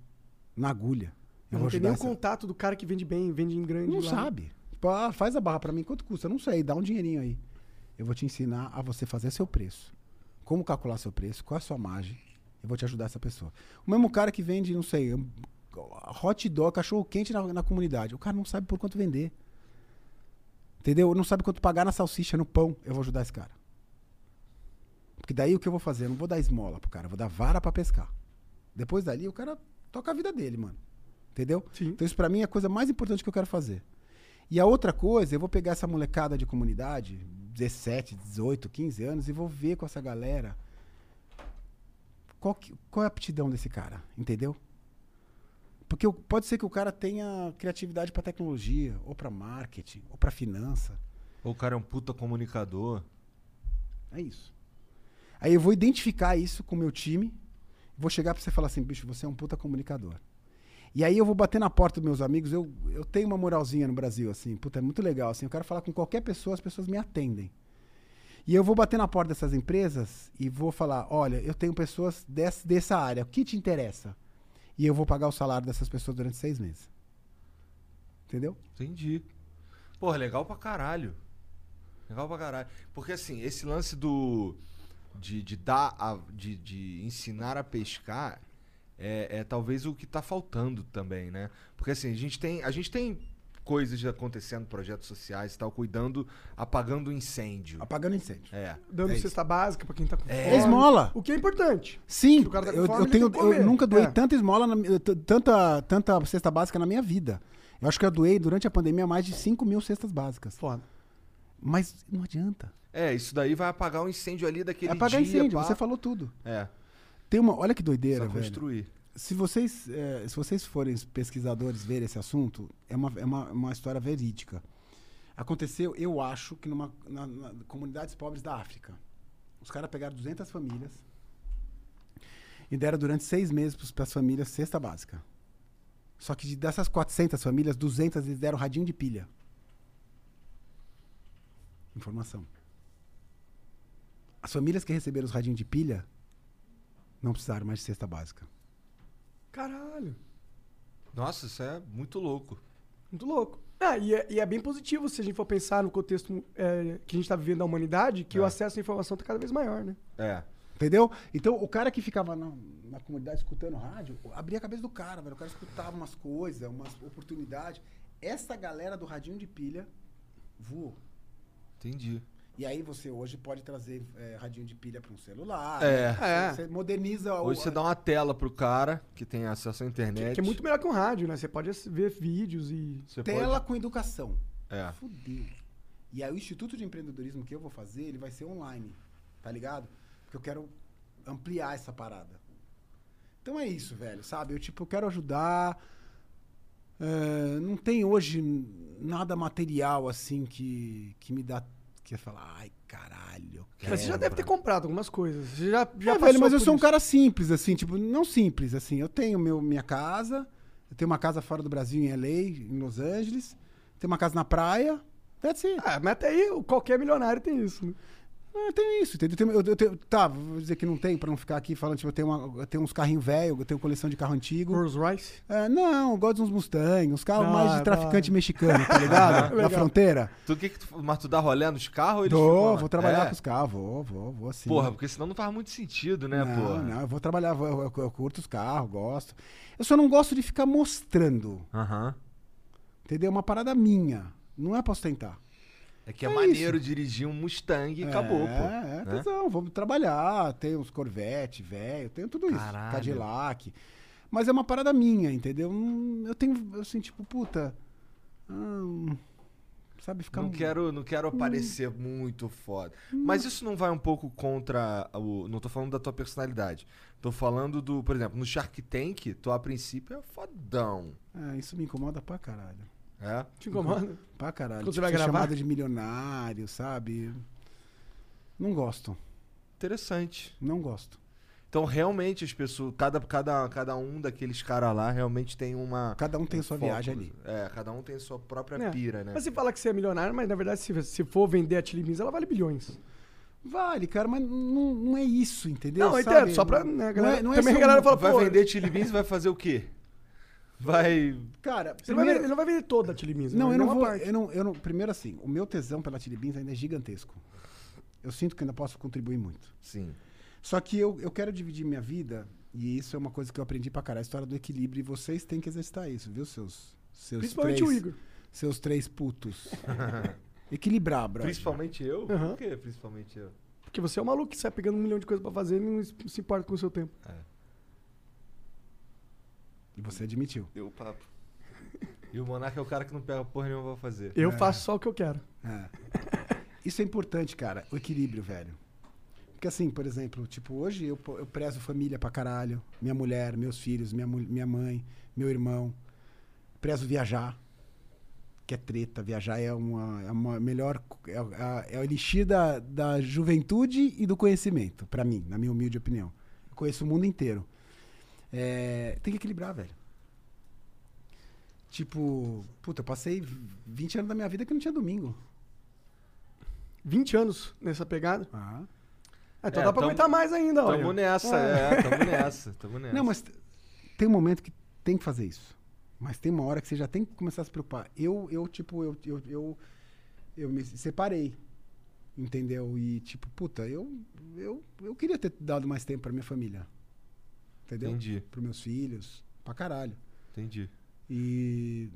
C: na agulha.
A: Eu
C: Eu vou
A: não tem
C: ajudar
A: nenhum
C: essa-
A: contato do cara que vende bem, vende em grande.
C: não
A: lá.
C: sabe. Tipo, ah, faz a barra pra mim, quanto custa? Eu não sei, dá um dinheirinho aí. Eu vou te ensinar a você fazer seu preço. Como calcular seu preço, qual é a sua margem. Eu vou te ajudar essa pessoa. O mesmo cara que vende, não sei, um hot dog, cachorro quente na, na comunidade. O cara não sabe por quanto vender. Entendeu? Não sabe quanto pagar na salsicha, no pão. Eu vou ajudar esse cara. Porque daí o que eu vou fazer? Eu não vou dar esmola pro cara, eu vou dar vara pra pescar. Depois dali o cara toca a vida dele, mano. Entendeu?
A: Sim.
C: Então isso pra mim é a coisa mais importante que eu quero fazer. E a outra coisa, eu vou pegar essa molecada de comunidade, 17, 18, 15 anos, e vou ver com essa galera qual, que- qual é a aptidão desse cara, entendeu? Porque o- pode ser que o cara tenha criatividade pra tecnologia, ou pra marketing, ou pra finança.
B: Ou o cara é um puta comunicador.
C: É isso. Aí eu vou identificar isso com o meu time, vou chegar pra você e falar assim, bicho, você é um puta comunicador. E aí eu vou bater na porta dos meus amigos, eu, eu tenho uma moralzinha no Brasil, assim, puta, é muito legal, assim, eu quero falar com qualquer pessoa, as pessoas me atendem. E eu vou bater na porta dessas empresas e vou falar, olha, eu tenho pessoas dessa, dessa área, o que te interessa? E eu vou pagar o salário dessas pessoas durante seis meses. Entendeu?
B: Entendi. Porra, legal pra caralho. Legal pra caralho. Porque assim, esse lance do. De, de dar a, de, de ensinar a pescar é, é talvez o que tá faltando também, né? Porque assim, a gente tem, a gente tem coisas acontecendo, projetos sociais e tal, cuidando, apagando incêndio.
C: Apagando incêndio.
B: É.
A: Dando
C: É isso.
A: cesta básica pra quem tá com
C: É esmola.
A: O que é importante.
C: Sim,
A: Se o cara tá com
C: eu,
A: fome,
C: eu
A: ele
C: tenho,
A: tem que comer.
C: eu nunca doei
A: É.
C: tanta esmola, na mi- t- tanta, tanta cesta básica na minha vida. Eu acho que eu doei durante a pandemia mais de 5 mil cestas básicas. Foda. Mas não adianta.
B: É, isso daí vai apagar o incêndio ali daquele
C: é apagar
B: dia.
C: incêndio,
B: pá.
C: você falou tudo.
B: É,
C: Tem uma, olha que
B: precisa
C: doideira, velho.
B: construir.
C: Se vocês, eh, se vocês forem pesquisadores ver esse assunto, é uma, é uma, uma história verídica. Aconteceu, eu acho, que numa na, na- comunidades pobres da África. Os caras pegaram 200 famílias e deram durante seis meses para as famílias cesta básica. Só que de- dessas 400 famílias, 200 eles deram radinho de pilha. Informação. As famílias que receberam os radinhos de pilha não precisaram mais de cesta básica.
A: Caralho.
B: Nossa, isso é muito louco.
A: Muito louco. Ah, e, é, e é bem positivo se a gente for pensar no contexto é, que a gente tá vivendo da humanidade,
C: É.
A: que o acesso à informação tá cada vez maior, né?
B: É.
C: Entendeu? Então, o cara que ficava na, na comunidade escutando rádio, abria a cabeça do cara, velho. O cara escutava umas coisas, umas oportunidades. Essa galera do radinho de pilha voou.
B: Entendi.
C: E aí você hoje pode trazer eh, radinho de pilha para um celular.
B: É.
C: né? Você, você moderniza o-
B: Hoje você dá uma tela pro cara que tem acesso à internet.
A: Que é muito melhor que um rádio, né? Você pode ass- ver vídeos e.
B: Você
C: tela com educação.
B: pode- É.
C: Fudeu. E aí o Instituto de Empreendedorismo que eu vou fazer, ele vai ser online, tá ligado? Porque eu quero ampliar essa parada. Então é isso, velho, sabe? Eu, tipo, eu quero ajudar. É, não tem hoje nada material, assim, que, que me dá... Que eu falar, ai, caralho. eu
A: Mas você já
C: quero
A: deve ter comprado algumas coisas. Você já, já
C: é, velho,
A: passou
C: mas eu
A: por
C: sou um
A: isso.
C: cara simples, assim, tipo, não simples, assim. Eu tenho meu, minha casa, eu tenho uma casa fora do Brasil, em LA, em Los Angeles, tenho uma casa na praia. That's it.
A: Ah, mas até aí qualquer milionário tem isso, né?
C: É, tem isso, entendeu? Tem- eu- eu tenho- tá, vou dizer que não tem, pra não ficar aqui falando, tipo, eu tenho, uma- eu tenho uns carrinhos velhos, eu tenho coleção de carro antigo.
A: Rolls Royce?
C: É, não, eu gosto de uns Mustang, uns carros
A: Ah,
C: mais
B: tá.
C: de traficante
A: vai.
C: mexicano, tá ligado? Na
A: Legal.
C: fronteira.
B: Tu, que que tu, mas tu dá rolê nos carros? ou Eles ficam
C: Tô,
B: lá?
C: vou trabalhar
B: É.
C: com os carros, vou, vou, vou assim.
B: Porra, porque senão não faz muito sentido, né,
C: não,
B: porra?
C: não, eu vou trabalhar, vou- eu, eu curto os carros, gosto. Eu só não gosto de ficar mostrando,
B: Aham.
C: entendeu? É uma parada minha, não é pra ostentar.
B: É que é,
C: É
B: maneiro dirigir um Mustang e acabou, pô.
C: É, é,
B: né?
C: tesão, vamos trabalhar, tem uns Corvette, velho, tenho tudo isso,
B: Caralho.
C: Cadillac. Mas é uma parada minha, entendeu? Hum, Eu tenho, assim, tipo, puta... hum, sabe, um- ficar...
B: Não quero, não
C: Hum.
B: quero aparecer muito foda. Mas isso não vai um pouco contra o. Não tô falando da tua personalidade. Tô falando do. Por exemplo, no Shark Tank, tu a princípio é fodão.
C: É, isso me incomoda pra caralho.
B: É?
A: Te incomoda?
C: Pra caralho.
A: Quando você
C: Tipo,
A: vai
C: ser
A: gravar?
C: chamado de milionário, sabe? Não gosto,
B: Interessante.
C: não gosto.
B: Então, realmente, as pessoas. Cada, cada, cada um daqueles caras lá realmente tem uma.
C: Cada um tem sua
B: foco.
C: viagem
A: né?
C: ali.
B: É, cada um tem sua própria
A: É.
B: pira, né?
A: Mas você fala que você é milionário, mas na verdade, se, se for vender a Tilimiz, ela vale bilhões.
C: Vale, cara, mas não, não é isso, entendeu?
A: Não, eu
C: Sabe?
A: entendo, só pra, né,
C: Não é-
A: galera-
C: não é
A: também
C: ser
A: a galera
C: um-
A: fala,
B: vai
A: pô,
B: vender Chili Beans e vai fazer o quê? Vai.
C: Cara,
A: Ele, vai vender,
C: primeiro-
A: ele não vai vender toda a Tilimiz.
C: Não,
A: né?
C: eu não
A: uma
C: vou.
A: parte.
C: Eu não, eu não, primeiro, assim, o meu tesão pela Chili Beans ainda é gigantesco. Eu sinto que ainda posso contribuir muito.
B: Sim.
C: Só que eu, eu quero dividir minha vida, e isso é uma coisa que eu aprendi pra caralho, a história do equilíbrio, e vocês têm que exercitar isso, viu, seus. seus
A: Principalmente
C: três,
A: o Igor.
C: Seus três putos. Equilibrar, brother.
B: Principalmente eu?
A: Aham.
B: Por quê? Principalmente eu.
A: Porque você é um maluco que sai pegando um milhão de coisas pra fazer e não se importa com o seu tempo.
C: E você admitiu.
D: Deu o papo.
B: E o Monarca é o cara que não pega porra nenhuma pra fazer. Né?
A: Eu faço só o que eu quero.
C: É. Isso é importante, cara. O equilíbrio, velho. Porque assim, por exemplo, tipo, hoje eu, po- eu prezo família pra caralho. Minha mulher, meus filhos, minha, mul- minha mãe, meu irmão. Prezo viajar, que é treta. Viajar é uma, é uma melhor... co- É, a- é o elixir da, da juventude e do conhecimento, pra mim, na minha humilde opinião. Eu conheço o mundo inteiro. É, tem que equilibrar, velho. Tipo, puta, eu passei 20 anos da minha vida que não tinha domingo.
A: 20 anos nessa pegada.
C: Ah.
A: Ah, então
B: É,
A: dá pra
B: tamo-
A: aguentar mais ainda, ó.
B: Tamo nessa,
A: Ah.
B: é, tamo nessa, tamo nessa.
C: Não, mas t- tem um momento que tem que fazer isso. Mas tem uma hora que você já tem que começar a se preocupar. Eu, eu tipo, eu, eu, eu, eu me separei. Entendeu? E, tipo, puta, eu, eu, eu queria ter dado mais tempo pra minha família. Entendeu?
B: Entendi.
C: Pros meus filhos, pra caralho.
B: Entendi.
C: E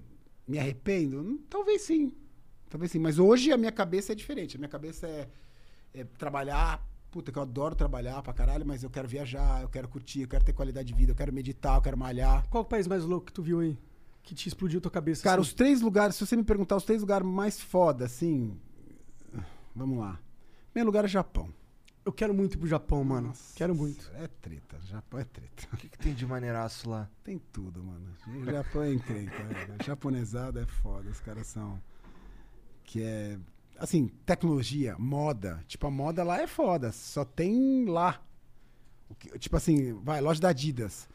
C: me arrependo? Hum, Talvez sim. Talvez sim. Mas hoje a minha cabeça é diferente. A minha cabeça é, é trabalhar. Puta, que eu adoro trabalhar pra caralho, mas eu quero viajar, eu quero curtir, eu quero ter qualidade de vida, eu quero meditar, eu quero malhar.
A: Qual o país mais louco que tu viu aí? Que te explodiu tua cabeça?
C: Cara,
A: assim?
C: os três lugares, se você me perguntar os três lugares mais foda, assim. Vamos lá. Primeiro lugar é Japão.
A: eu quero muito ir pro Japão, mano.
C: Nossa,
A: Quero muito.
C: É treta. Japão é treta.
B: O que, que tem de maneiraço lá?
C: Tem tudo, mano. O Japão é encrenca. velho. A Japonesada é foda. Os caras são. Que é. Assim, tecnologia, moda. Tipo, a moda lá é foda. Só tem lá. O que- tipo assim, vai, loja da Adidas.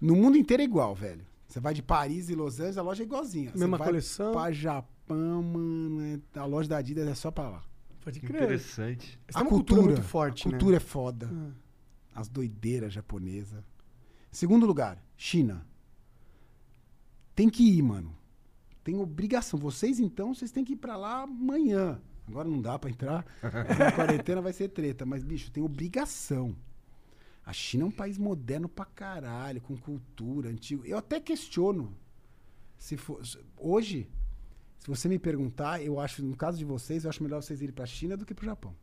C: No mundo inteiro é igual, velho. Você vai de Paris e Los Angeles, a loja é igualzinha. Você
A: Mesma
C: vai
A: coleção.
C: Pra Japão, mano. é- A loja da Adidas é só pra lá.
A: Pode
B: Que
A: crer.
B: interessante.
A: Essa é uma cultura, muito forte,
C: A
A: né?
C: cultura é foda.
A: Ah.
C: As doideiras japonesas. Segundo lugar, China. Tem que ir, mano. Tem obrigação. Vocês, então, vocês têm que ir pra lá amanhã. Agora não dá pra entrar. Na quarentena vai ser treta. Mas, bicho, tem obrigação. A China é um país moderno pra caralho, com cultura antigo. Eu até questiono. Se for, hoje, se você me perguntar, eu acho, no caso de vocês, eu acho melhor vocês irem pra China do que pro Japão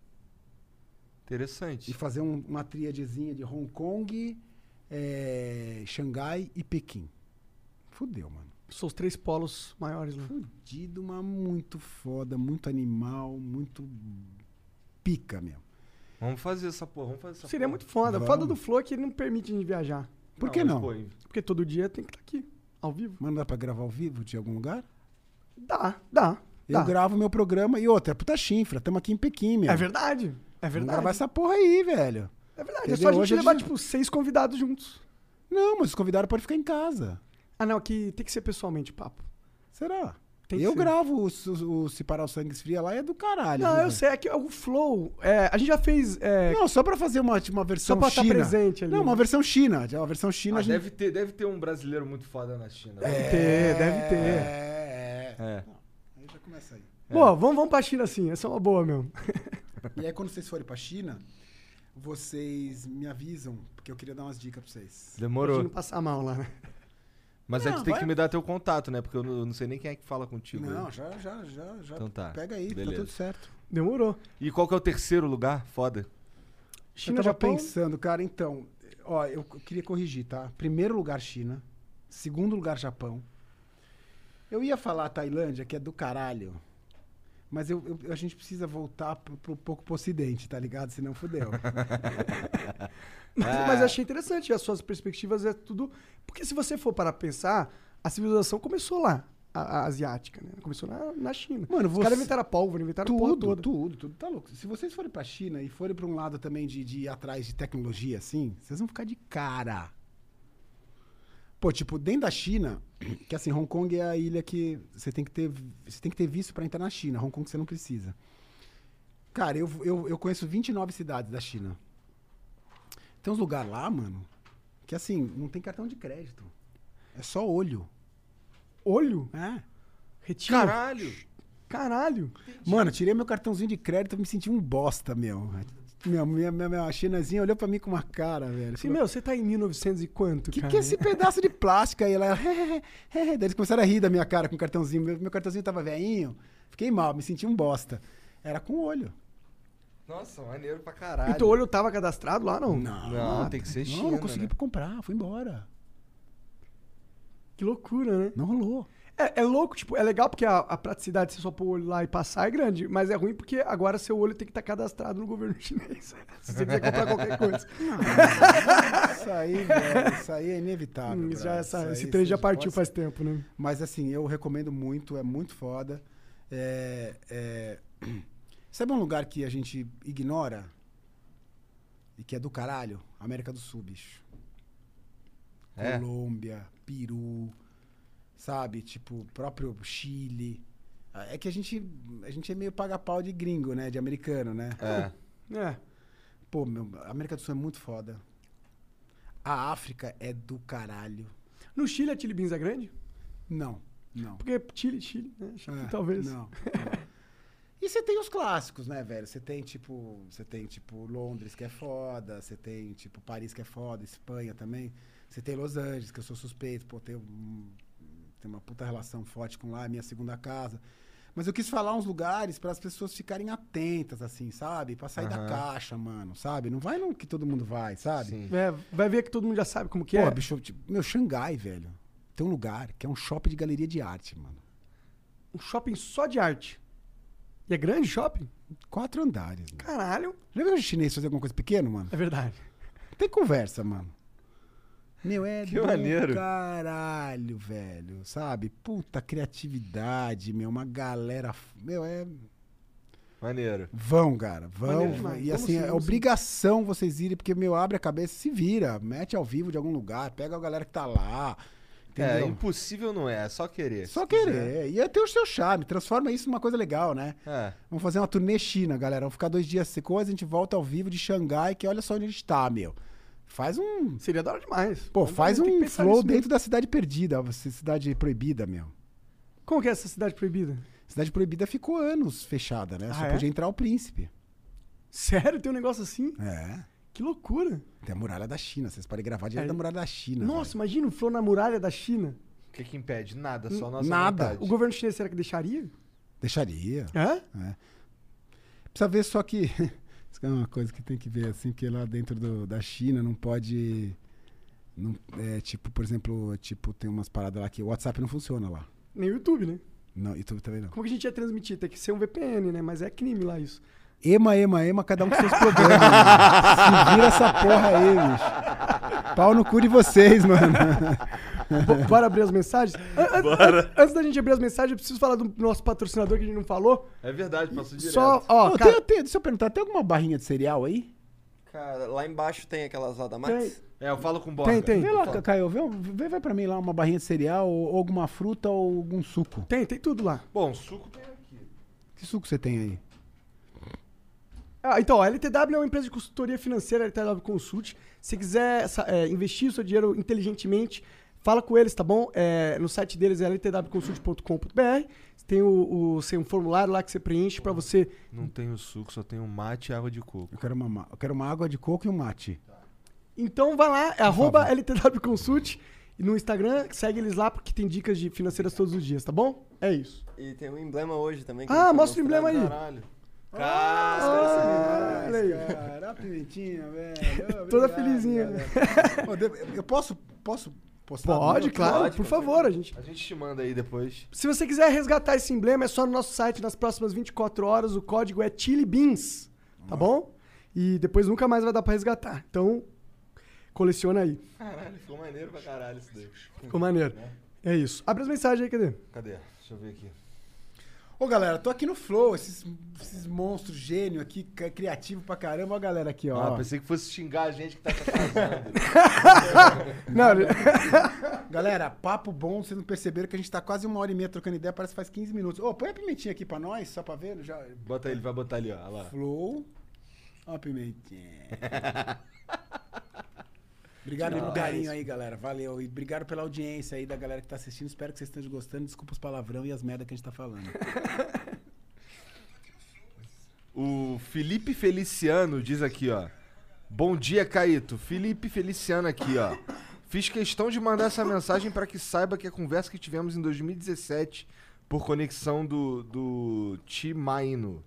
B: Interessante.
C: e fazer um- uma tríadezinha de Hong Kong, eh, Xangai e Pequim. Fudeu, mano.
A: São os três polos maiores lá.
C: Fudido, mas muito foda, muito animal, muito pica mesmo.
B: Vamos fazer essa porra, vamos fazer essa
A: Seria
B: porra.
A: muito foda.
C: Vamos.
A: Foda do Flow é que ele não permite a gente viajar.
C: Por que
B: mas,
C: não?
B: pô,
C: Mas
A: Porque todo dia tem que estar aqui, ao vivo.
C: não dá pra gravar ao vivo de algum lugar?
A: Dá, dá.
C: Eu
A: dá.
C: gravo meu programa e outra, é puta chifra, tamo aqui em Pequim, meu.
A: É verdade. É
C: Vamos gravar
A: verdade.
C: essa porra aí, velho.
A: É verdade. É
C: Entendeu?
A: só a gente
C: Hoje é
A: levar,
C: dia-
A: tipo, seis convidados juntos.
C: Não, mas os convidados podem ficar em casa.
A: Ah, não, aqui tem que ser pessoalmente o papo.
C: Será?
A: Tem que
C: eu
A: ser.
C: gravo o, Se- o Se Parar o Sangue Esfria lá e é do caralho.
A: Não,
C: viu,
A: eu
C: velho?
A: sei, é que o Flow, é, a gente já fez. é,
C: Não, só pra fazer uma, tipo, uma versão
A: Só pra estar
C: China.
A: presente ali.
C: Não, uma versão China. é Uma versão China.
B: Ah,
C: É. a gente-
B: deve, ter, deve ter um brasileiro muito foda na China.
A: Deve ter, deve ter.
C: É, é.
B: É.
C: Aí já começa aí.
A: Pô, vamos, vamos pra China assim, essa é uma boa mesmo.
C: E aí, quando vocês forem pra China, vocês me avisam, porque eu queria dar umas dicas pra vocês.
A: Pra gente não
B: Demorou.
A: passar mal lá, né?
B: Mas aí
C: Não,
B: tu tem
C: vai-
B: que me dar teu contato, né? Porque eu não, eu não sei nem quem é que fala contigo.
C: Não,
B: aí.
C: já, já, já, já.
B: Então tá.
C: Pega aí,
B: Beleza.
C: tá tudo certo.
A: Demorou.
B: E qual que é o terceiro lugar? Foda.
A: China,
C: eu tava
A: Japão.
C: pensando, cara, então, ó, eu c- queria corrigir, tá? Primeiro lugar, China. Segundo lugar, Japão. Eu ia falar Tailândia, que é do caralho. Mas eu, eu- a gente precisa voltar pro, pro pouco pro ocidente, tá ligado? Senão fudeu.
A: Mas,
C: É.
A: mas eu achei interessante as suas perspectivas, é tudo. Porque se você for para pensar, a civilização começou lá, a, a asiática, né? Começou na, na China.
C: Mano,
A: Os caras
C: você-
A: inventaram a pólvora, inventaram a porra
C: tudo,
A: toda.
C: tudo, tudo tá louco. Se vocês forem pra China e forem pra um lado também de, de ir atrás de tecnologia, assim, vocês vão ficar de cara. Pô, tipo, dentro da China, que assim, Hong Kong é a ilha que você tem que ter, você tem que ter visto pra entrar na China. Hong Kong você não precisa. Cara, eu, eu, eu conheço 29 cidades da China. Tem uns lugares lá, mano, que assim, não tem cartão de crédito. É só olho.
A: Olho?
C: É.
A: Retiro?
B: Caralho!
A: Caralho.
C: Mano, eu tirei meu cartãozinho de crédito, eu me senti um bosta, meu. Minha, minha, minha, minha chinazinha olhou pra mim com uma cara, velho.
A: Assim,
C: Falou,
A: meu, você tá em 1900 e quanto,
C: que
A: cara?
C: que é esse pedaço de plástico aí? Ela, "É, é, é." Daí eles começaram a rir da minha cara com o cartãozinho. Meu, meu cartãozinho tava veinho. Fiquei mal, me senti um bosta. Era com olho.
B: Nossa, maneiro pra caralho.
A: E teu Então, olho tava cadastrado lá, não?
B: Não, tem que ser
C: Não,
B: China,
C: não consegui
B: né?
C: comprar, fui embora.
A: Que loucura, né?
C: Não rolou.
A: É, é louco, tipo, é legal porque a, a praticidade de você só pôr o olho lá e passar é grande, mas é ruim porque agora seu olho tem que estar cadastrado no governo chinês. Se você quiser comprar qualquer coisa.
C: Isso aí, velho, isso aí é inevitável.
A: Hum,
C: brother.
A: já essa-
C: Isso
A: esse
C: aí
A: trem já
C: vocês
A: partiu
C: podem-
A: faz tempo, né?
C: Mas assim, eu recomendo muito, é muito foda. É, é... Sabe um lugar que a gente ignora? E que é do caralho? América do Sul, bicho.
B: É.
C: Colômbia, Peru, sabe? Tipo, próprio Chile. É que a gente, a gente é meio paga-pau de gringo, né? De americano, né?
B: É.
A: É.
C: Pô, meu, a América do Sul é muito foda. A África é do caralho.
A: No Chile a Chile Beans é grande?
C: Não, não.
A: Porque Chile, Chile, né? Acho que
C: É,
A: Talvez.
C: Não. E você tem os clássicos, né, velho? Você tem, tipo, você tem, tipo, Londres, que é foda, você tem, tipo, Paris, que é foda, Espanha também. Você tem Los Angeles, que eu sou suspeito, pô, tenho, um- tenho uma puta relação forte com lá, é minha segunda casa. Mas eu quis falar uns lugares para as pessoas ficarem atentas, assim, sabe? Pra sair da
B: Aham.
C: caixa, mano, sabe? Não vai no que todo mundo vai, sabe?
B: Sim.
A: É, vai ver que todo mundo já sabe como que
C: Pô,
A: é.
C: bicho, tipo, meu, Xangai, velho. Tem um lugar que é um shopping de galeria de arte, mano.
A: Um shopping só de arte. E é grande shopping?
C: Quatro andares, mano.
A: Caralho.
C: Já viu o chinês fazer alguma coisa pequeno, mano?
A: É verdade.
C: Tem conversa, mano. Meu, é
B: Que
C: do
B: maneiro.
C: caralho, velho. Sabe? Puta criatividade, meu. Uma galera. f- Meu, é.
B: né? Maneiro.
C: Vão, cara. Vão.
A: Maneiro demais.
C: E
A: Vamos
C: assim,
A: sim,
C: é
B: um
A: vamos sim.
C: obrigação vocês irem, porque, meu, abre a cabeça, se vira. Mete ao vivo de algum lugar, pega a galera que tá lá.
B: É,
C: Entendeu?
B: impossível não é, é só querer.
C: Só
B: Se quiser.
C: querer. E aí tem o seu charme. Transforma isso numa coisa legal, né?
B: É.
C: Vamos fazer uma turnê China, galera. Vamos ficar dois dias coisa, a gente volta ao vivo de Xangai, que olha só onde a gente tá, meu. Faz um.
A: Seria da hora demais.
C: Pô,
A: Mas
C: faz
A: tem que
C: um
A: pensar
C: flow
A: nisso mesmo.
C: dentro da cidade perdida, a cidade proibida, meu.
A: Como que é essa cidade proibida?
C: Cidade proibida ficou anos fechada, né? Só
A: Ah, é?
C: podia entrar o príncipe.
A: Sério, tem um negócio assim?
C: É.
A: Que loucura.
C: Tem a muralha da China, vocês podem gravar direto
A: É.
C: da muralha da China.
A: Nossa, imagina um flow na muralha da China.
B: O que que impede? Nada, só nossa
C: Nada.
B: vontade.
A: O governo chinês será que deixaria?
C: velho. Deixaria.
A: Hã?
C: Precisa ver só que. Isso é uma coisa que tem que ver, assim, porque lá dentro do- da China não pode. Não, é, tipo, por exemplo, tipo, tem umas paradas lá que o WhatsApp não funciona lá.
A: Nem o YouTube, né?
C: Não, YouTube também não.
A: Como que a gente ia transmitir? Tem que ser um VPN, né? Mas é crime lá isso.
C: Ema, ema, ema, cada um com seus problemas. mano. Se vira essa porra aí, bicho. Pau no cu de vocês, mano.
A: Bo- Bora abrir as mensagens? An- an- an- Antes da gente abrir as mensagens, eu preciso falar do nosso patrocinador que a gente não falou.
B: É verdade, passou direto.
A: Só, ó,
C: Ô,
A: cara,
C: tem- tem- deixa eu perguntar, tem alguma barrinha de cereal aí?
D: Cara, lá embaixo tem aquelas lá da Max?
B: É, eu falo com o Borga.
C: Tem, tem. Vê
B: Eu
C: lá,
B: falo-
C: Caio, vê, um, vê, vê pra mim lá uma barrinha de cereal, ou alguma fruta, ou algum suco.
A: Tem, tem tudo lá.
B: Bom, suco tem aqui.
C: Que suco você tem aí?
A: Ah, então, a LTW é uma empresa de consultoria financeira, a LTW Consult. Se quiser sa- é, investir o seu dinheiro inteligentemente, fala com eles, tá bom? É, no site deles é ltwconsult.com.br. Tem, o, o- tem um formulário lá que você preenche pra você.
B: Não tenho suco, só tenho mate e água de coco.
C: Eu quero uma, ma- eu quero uma água de coco e um mate.
A: Então vai lá, é arroba LTW Consult no Instagram, segue eles lá porque tem dicas de financeiras todos os dias, tá bom? É isso.
D: E tem um emblema hoje também. que
A: Ah,
D: não foi
A: mostra o
D: mostrado.
A: emblema aí. Ah.
B: Caralho.
A: Olha aí.
C: Cara, pimentinha, velho.
A: Toda felizinha.
C: Eu posso, posso postar?
A: Pode,
C: meu?
A: claro,
D: Pode,
A: por
D: com
A: favor, a gente.
B: A gente te manda aí depois.
A: Se você quiser resgatar esse emblema, é só no nosso site nas próximas 24 horas. O código é ChiliBeans, tá bom? E depois nunca mais vai dar pra resgatar. Então, coleciona aí.
D: Caralho, ficou maneiro pra caralho isso daí.
A: Ficou maneiro. É isso. Abre as mensagens aí, cadê?
B: Cadê? Deixa eu ver aqui.
C: Ô, galera, tô aqui no Flow, esses, esses monstros gênio aqui, ca- criativo pra caramba. Ó, a galera aqui, ó.
B: Ah, pensei que fosse xingar a gente que tá
A: Não, ele-
C: Galera, papo bom, vocês não perceberam que a gente tá quase uma hora e meia trocando ideia, parece que faz 15 minutos. Ô, põe a pimentinha aqui pra nós, só pra ver. Já...
B: Bota ele, vai botar ali, ó. olha lá.
C: Flow. Ó, a pimentinha. Obrigado pelo carinho aí, galera. Valeu. E obrigado pela audiência aí da galera que tá assistindo. Espero que vocês estejam gostando. Desculpa os palavrão e as merdas que a gente tá falando.
B: O Felipe Feliciano diz aqui, ó. Bom dia, Caíto. Felipe Feliciano aqui, ó. Fiz questão de mandar essa mensagem para que saiba que a conversa que tivemos em 2017 por conexão do, do Ti Maino.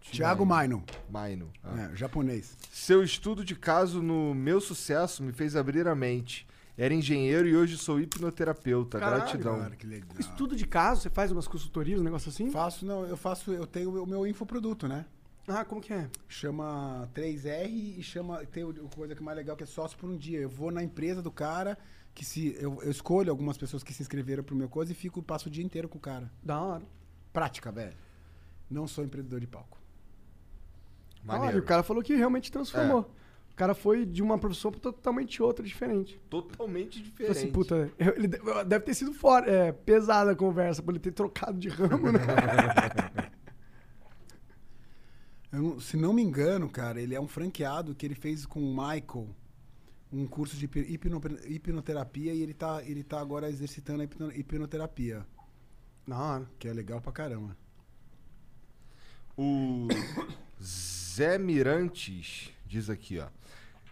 B: Ti
C: Thiago Maino,
B: Maino. ah.
C: é, japonês.
B: Seu estudo de caso no meu sucesso me fez abrir a mente. Era engenheiro e hoje sou hipnoterapeuta.
A: Caralho,
B: Gratidão.
C: Cara, que legal.
A: Estudo de caso, você faz umas consultorias, um negócio assim?
C: Faço, não, eu faço, eu tenho o meu infoproduto, né?
A: Ah, como que é?
C: chama 3R e chama. Tem o- o coisa que é mais legal que é sócio por um dia. Eu vou na empresa do cara, que se. Eu, eu escolho algumas pessoas que se inscreveram pro meu coisa e fico, passo o dia inteiro com o cara.
A: Da hora.
C: Prática, velho. Não sou empreendedor de palco.
B: Maneiro.
A: Olha, o cara falou que realmente transformou. O cara foi de uma profissão pra totalmente outra, diferente.
B: Totalmente
A: Falei
B: diferente.
A: assim, puta, eu- ele de- deve ter sido fora, é, pesada a conversa, por ele ter trocado de ramo, né?
C: Eu não- se não me engano, cara, ele é um franqueado que ele fez com o Michael um curso de hipno- hipno- hipnoterapia e ele tá, ele tá agora exercitando a hipno- hipnoterapia,
A: Na hora.
C: que é legal pra caramba.
B: O Zé Mirantes diz aqui, ó.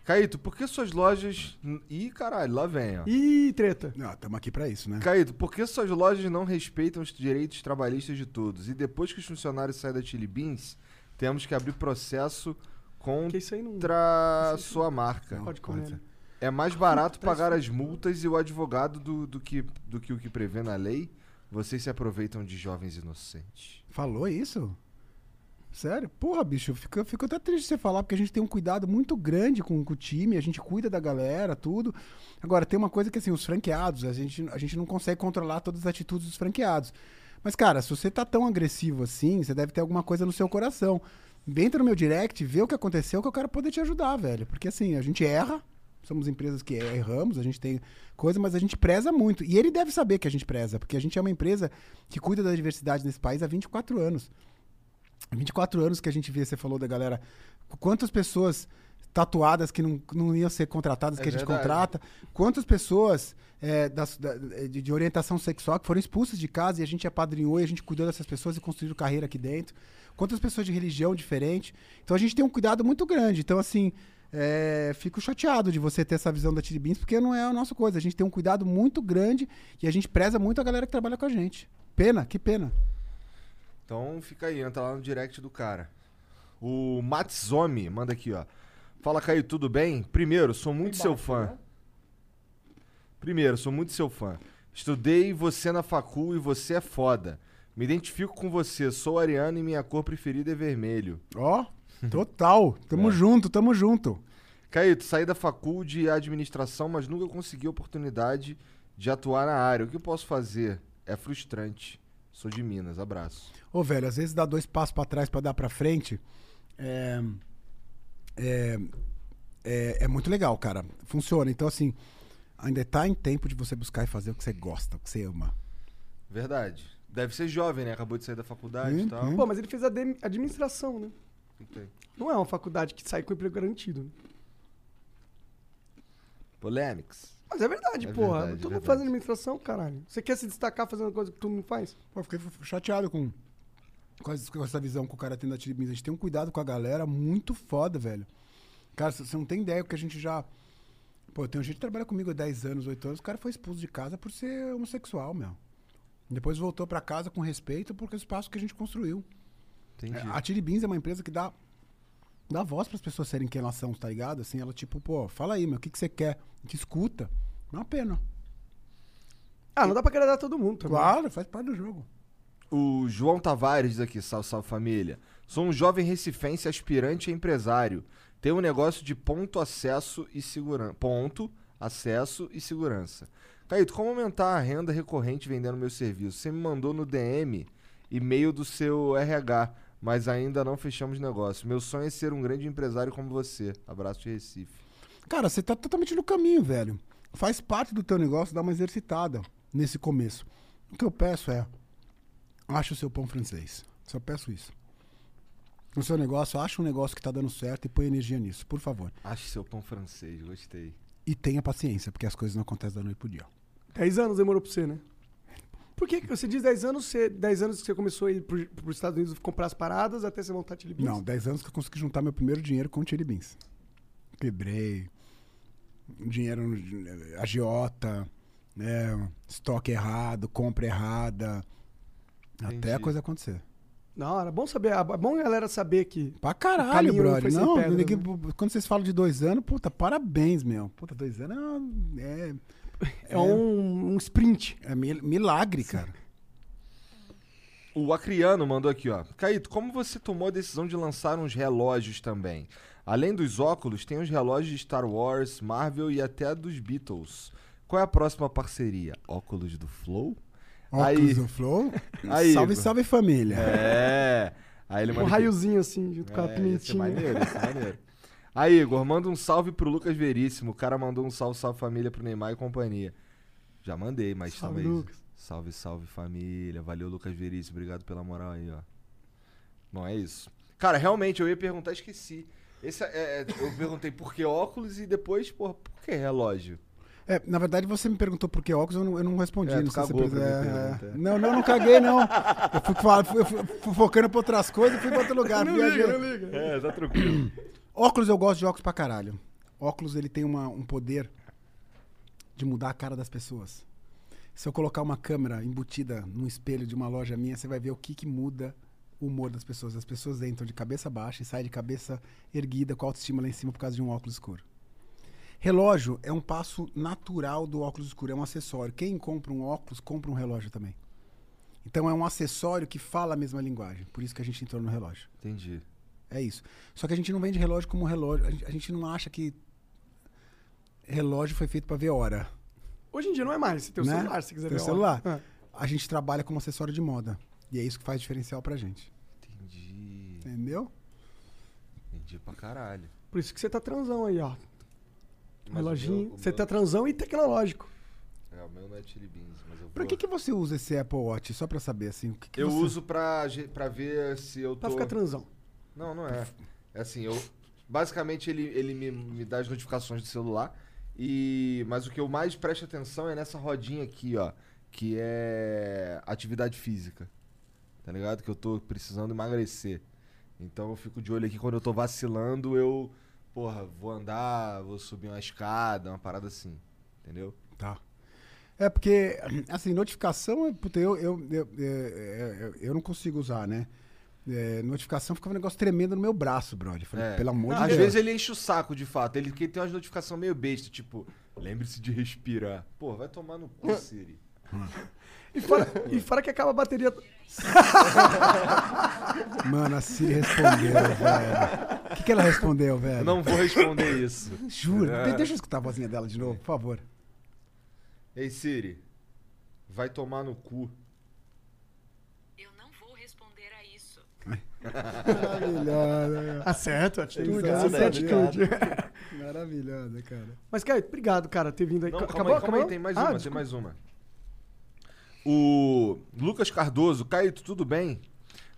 B: Caíto, por que suas lojas. Ih, caralho, lá vem, ó.
A: Ih, treta.
C: Não, estamos aqui pra isso, né?
B: Caíto, por que suas lojas não respeitam os direitos trabalhistas de todos? E depois que os funcionários saem da Chili Beans, temos que abrir processo
A: Porque isso aí não
B: contra sua
C: Então,
B: marca.
A: pode comer. né?
B: É mais barato pagar as multas e o advogado do, do que, do que o que prevê na lei. Vocês se aproveitam de jovens inocentes.
C: Falou isso? Sério? Porra, bicho, fica, fica até triste você falar, porque a gente tem um cuidado muito grande com, com o time, a gente cuida da galera, tudo. Agora, tem uma coisa que, assim, os franqueados, a gente, a gente não consegue controlar todas as atitudes dos franqueados. Mas, cara, se você tá tão agressivo assim, você deve ter alguma coisa no seu coração. Entra no meu direct, vê o que aconteceu, que eu quero poder te ajudar, velho. Porque, assim, a gente erra, somos empresas que erramos, a gente tem coisa, mas a gente preza muito. E ele deve saber que a gente preza, porque a gente é uma empresa que cuida da diversidade nesse país há 24 anos. 24 anos que a gente vê, você falou da galera, quantas pessoas tatuadas que não, não iam ser contratadas,
B: É
C: que a gente
B: verdade.
C: contrata, quantas pessoas é, das- da- de, de orientação sexual que foram expulsas de casa e a gente apadrinhou e a gente cuidou dessas pessoas e construiu carreira aqui dentro, quantas pessoas de religião diferente. Então a gente tem um cuidado muito grande. Então, assim, é, fico chateado de você ter essa visão da Tilly Beans, porque não é a nossa coisa. A gente tem um cuidado muito grande e a gente preza muito a galera que trabalha com a gente. Pena, que pena.
B: Então fica aí, entra lá no direct do cara. O Matzomi manda aqui, ó. Fala, Caio, tudo bem? Primeiro, sou muito seu fã. Primeiro, sou muito seu fã. Estudei você na facul e você é foda. Me identifico com você, sou ariano e minha cor preferida é vermelho.
C: Ó, total. Tamo junto, tamo junto.
B: Caíto, saí da facul de administração, mas nunca consegui a oportunidade de atuar na área. O que eu posso fazer? É frustrante. Sou de Minas, abraço.
C: Ô, velho, às vezes dá dois passos pra trás pra dar pra frente. É, é, é, é muito legal, cara. Funciona. Então, assim, ainda tá em tempo de você buscar e fazer o que você gosta, o que você ama.
B: Verdade. Deve ser jovem, né? Acabou de sair da faculdade e
C: Hum,
B: tal.
A: Pô, mas ele fez admi- administração, né?
B: Não tem.
A: Não é uma faculdade que sai com emprego garantido. Né?
B: Polêmicas.
A: Mas é verdade,
B: É
A: porra.
B: verdade, é
A: tu não
B: verdade.
A: faz administração, caralho. Você quer se destacar fazendo coisa que tu não faz?
C: Pô, fiquei f- chateado com, com essa- com essa visão que o cara tem da Tiribins. A gente tem um cuidado com a galera muito foda, velho. Cara, você não tem ideia, porque a gente já. Pô, tem um gente que trabalha comigo há 10 anos, 8 anos, o cara foi expulso de casa por ser homossexual, meu. Depois voltou pra casa com respeito porque é o espaço que a gente construiu.
B: Entendi.
C: É, A Tiribins é uma empresa que dá, dá voz para as pessoas serem quem elas são, tá ligado? Assim, ela tipo, pô, fala aí, meu, o que, que você quer? Te escuta. Não é uma pena.
A: Ah, não dá pra agradar todo mundo também.
C: Claro, faz parte do jogo.
B: O João Tavares diz aqui, salve, salve família. Sou um jovem recifense aspirante a empresário. Tenho um negócio de ponto, acesso e segurança. Ponto, acesso e segurança. Caíto, como aumentar a renda recorrente vendendo meu serviço? Você me mandou no DM e-mail do seu RH, mas ainda não fechamos negócio. Meu sonho é ser um grande empresário como você. Abraço de Recife.
C: Cara, você tá totalmente no caminho, velho. Faz parte do teu negócio dar uma exercitada nesse começo. O que eu peço é, acha o seu pão francês. Só peço isso. O seu negócio, acha um negócio que tá dando certo e põe energia nisso, por favor.
B: Acho seu pão francês, gostei.
C: E tenha paciência, porque as coisas não acontecem da noite pro dia.
A: 10 anos demorou pra você, né? Por que que você diz 10 anos, você, 10 anos que você começou a ir pro, pros Estados Unidos comprar as paradas até você montar a Tilibins?
C: Não, 10 anos que eu consegui juntar meu primeiro dinheiro com o Chili Beans. Quebrei. Dinheiro no- agiota, né? Estoque errado, compra errada. Até a
B: Entendi.
C: coisa acontecer.
A: Não, era bom saber, é bom a galera saber que
C: Pra
A: O
C: caralho,
A: caminho não
C: brother.
A: foi sem
C: Não,
A: pedra,
C: ninguém-
A: né?
C: pô, quando vocês falam de dois anos, puta, parabéns, meu. Puta, dois anos é,
A: é, um, um sprint.
C: é, é mil- milagre, cara.
B: O Acriano mandou aqui, ó. Caíto, como você tomou a decisão de lançar uns relógios também? Além dos óculos, tem os relógios de Star Wars, Marvel e até dos Beatles. Qual é a próxima parceria? Óculos do Flow?
C: Óculos
B: Aí.
C: do Flow.
B: Aí,
C: salve,
B: Igor.
C: salve família.
B: É. Aí ele
A: um
B: manda aqui.
A: raiozinho assim, junto com a
B: É, ia ser
A: pimentinha.
B: maneiro, ia ser maneiro. Aí, Igor, manda um salve pro Lucas Veríssimo. O cara mandou um salve, salve família pro Neymar e companhia. Já mandei, mas
A: Salve,
B: talvez.
A: Lucas.
B: Salve, salve família. Valeu, Lucas Veríssimo. Obrigado pela moral aí, ó. Bom, é isso. Cara, realmente, eu ia perguntar, esqueci. Esse é- é- eu perguntei por que óculos e depois, porra, por que relógio?
C: É, na verdade, você me perguntou por que óculos, eu não, eu não respondi.
B: É, tu
C: não, sei se
B: cagou
C: você
B: pra
C: precisa-
B: minha
C: é,
B: pergunta, é.
C: não, não, não caguei, não. Eu fui, fal- fui- eu fui focando pra outras coisas e fui pra outro lugar. viajei.
B: É, tá tranquilo.
C: Óculos, eu gosto de óculos pra caralho. Óculos, ele tem uma- um poder de mudar a cara das pessoas. Se eu colocar uma câmera embutida num espelho de uma loja minha, você vai ver o que, que muda o humor das pessoas. As pessoas entram de cabeça baixa e saem de cabeça erguida, com a autoestima lá em cima por causa de um óculos escuro. Relógio é um passo natural do óculos escuro, é um acessório. Quem compra um óculos, compra um relógio também. Então é um acessório que fala a mesma linguagem. Por isso que a gente entrou no relógio.
B: Entendi.
C: É isso. Só que a gente não vende relógio como relógio. A gente, a gente não acha que relógio foi feito pra ver hora.
A: Hoje em dia não é mais, você tem o
C: Né?
A: celular, se quiser um
C: Tem
A: ver.
C: o
A: a
C: celular.
A: hora.
C: A gente trabalha como acessório de moda. E é isso que faz diferencial pra gente.
B: Entendi.
C: Entendeu?
B: Entendi pra caralho.
A: Ah, por isso que você tá transão aí, ó.
B: Mas o
A: Reloginho.
B: meu- o
A: Você
B: meu-
A: tá transão e tecnológico.
B: É, o meu não é Chili Beans, mas eu vou...
C: Pra que, que você usa esse Apple Watch? Só pra saber, assim. O que que
B: Eu
C: você-
B: uso pra, ge- pra ver se eu tô...
A: Pra ficar transão.
B: Não, não é. É assim, eu. Basicamente, ele, ele me, me dá as notificações do celular. E. Mas o que eu mais presto atenção é nessa rodinha aqui, ó. Que é atividade física. Tá ligado? Que eu tô precisando emagrecer. Então eu fico de olho aqui quando eu tô vacilando, eu. Porra, vou andar, vou subir uma escada, uma parada assim. Entendeu?
C: Tá. É porque, assim, notificação, é- puta, eu, eu, eu, é- é- eu, não consigo usar, né? É, notificação ficava um negócio tremendo no meu braço, brother. Eu Falei,
B: É.
A: Um
C: pelo amor de
B: Às
C: Deus.
B: vezes ele enche o saco, de fato. Ele porque tem umas notificações meio besta, tipo, lembre-se de respirar. Pô, vai tomar no cu, Siri.
A: E fora, e fora que acaba a bateria.
C: Mano, a Siri respondeu, velho. O que, que ela respondeu, velho?
B: Eu não vou responder isso.
C: Jura? De- Deixa eu escutar a vozinha dela de novo, por favor.
B: Ei, Siri. Vai tomar no cu.
F: Eu não vou responder a isso.
C: Maravilhosa.
A: Acerto, atitude.
B: É,
C: Obrigado,
A: acerta a atitude.
C: Maravilhosa, cara.
A: Mas, Caio, obrigado, cara, ter vindo aí.
B: Não,
A: Ca-
B: calma aí, calma aí,
A: Acabou?
B: tem mais
A: Ah,
B: uma, tem
A: desculpa.
B: mais uma. O Lucas Cardoso, Caio, tudo bem?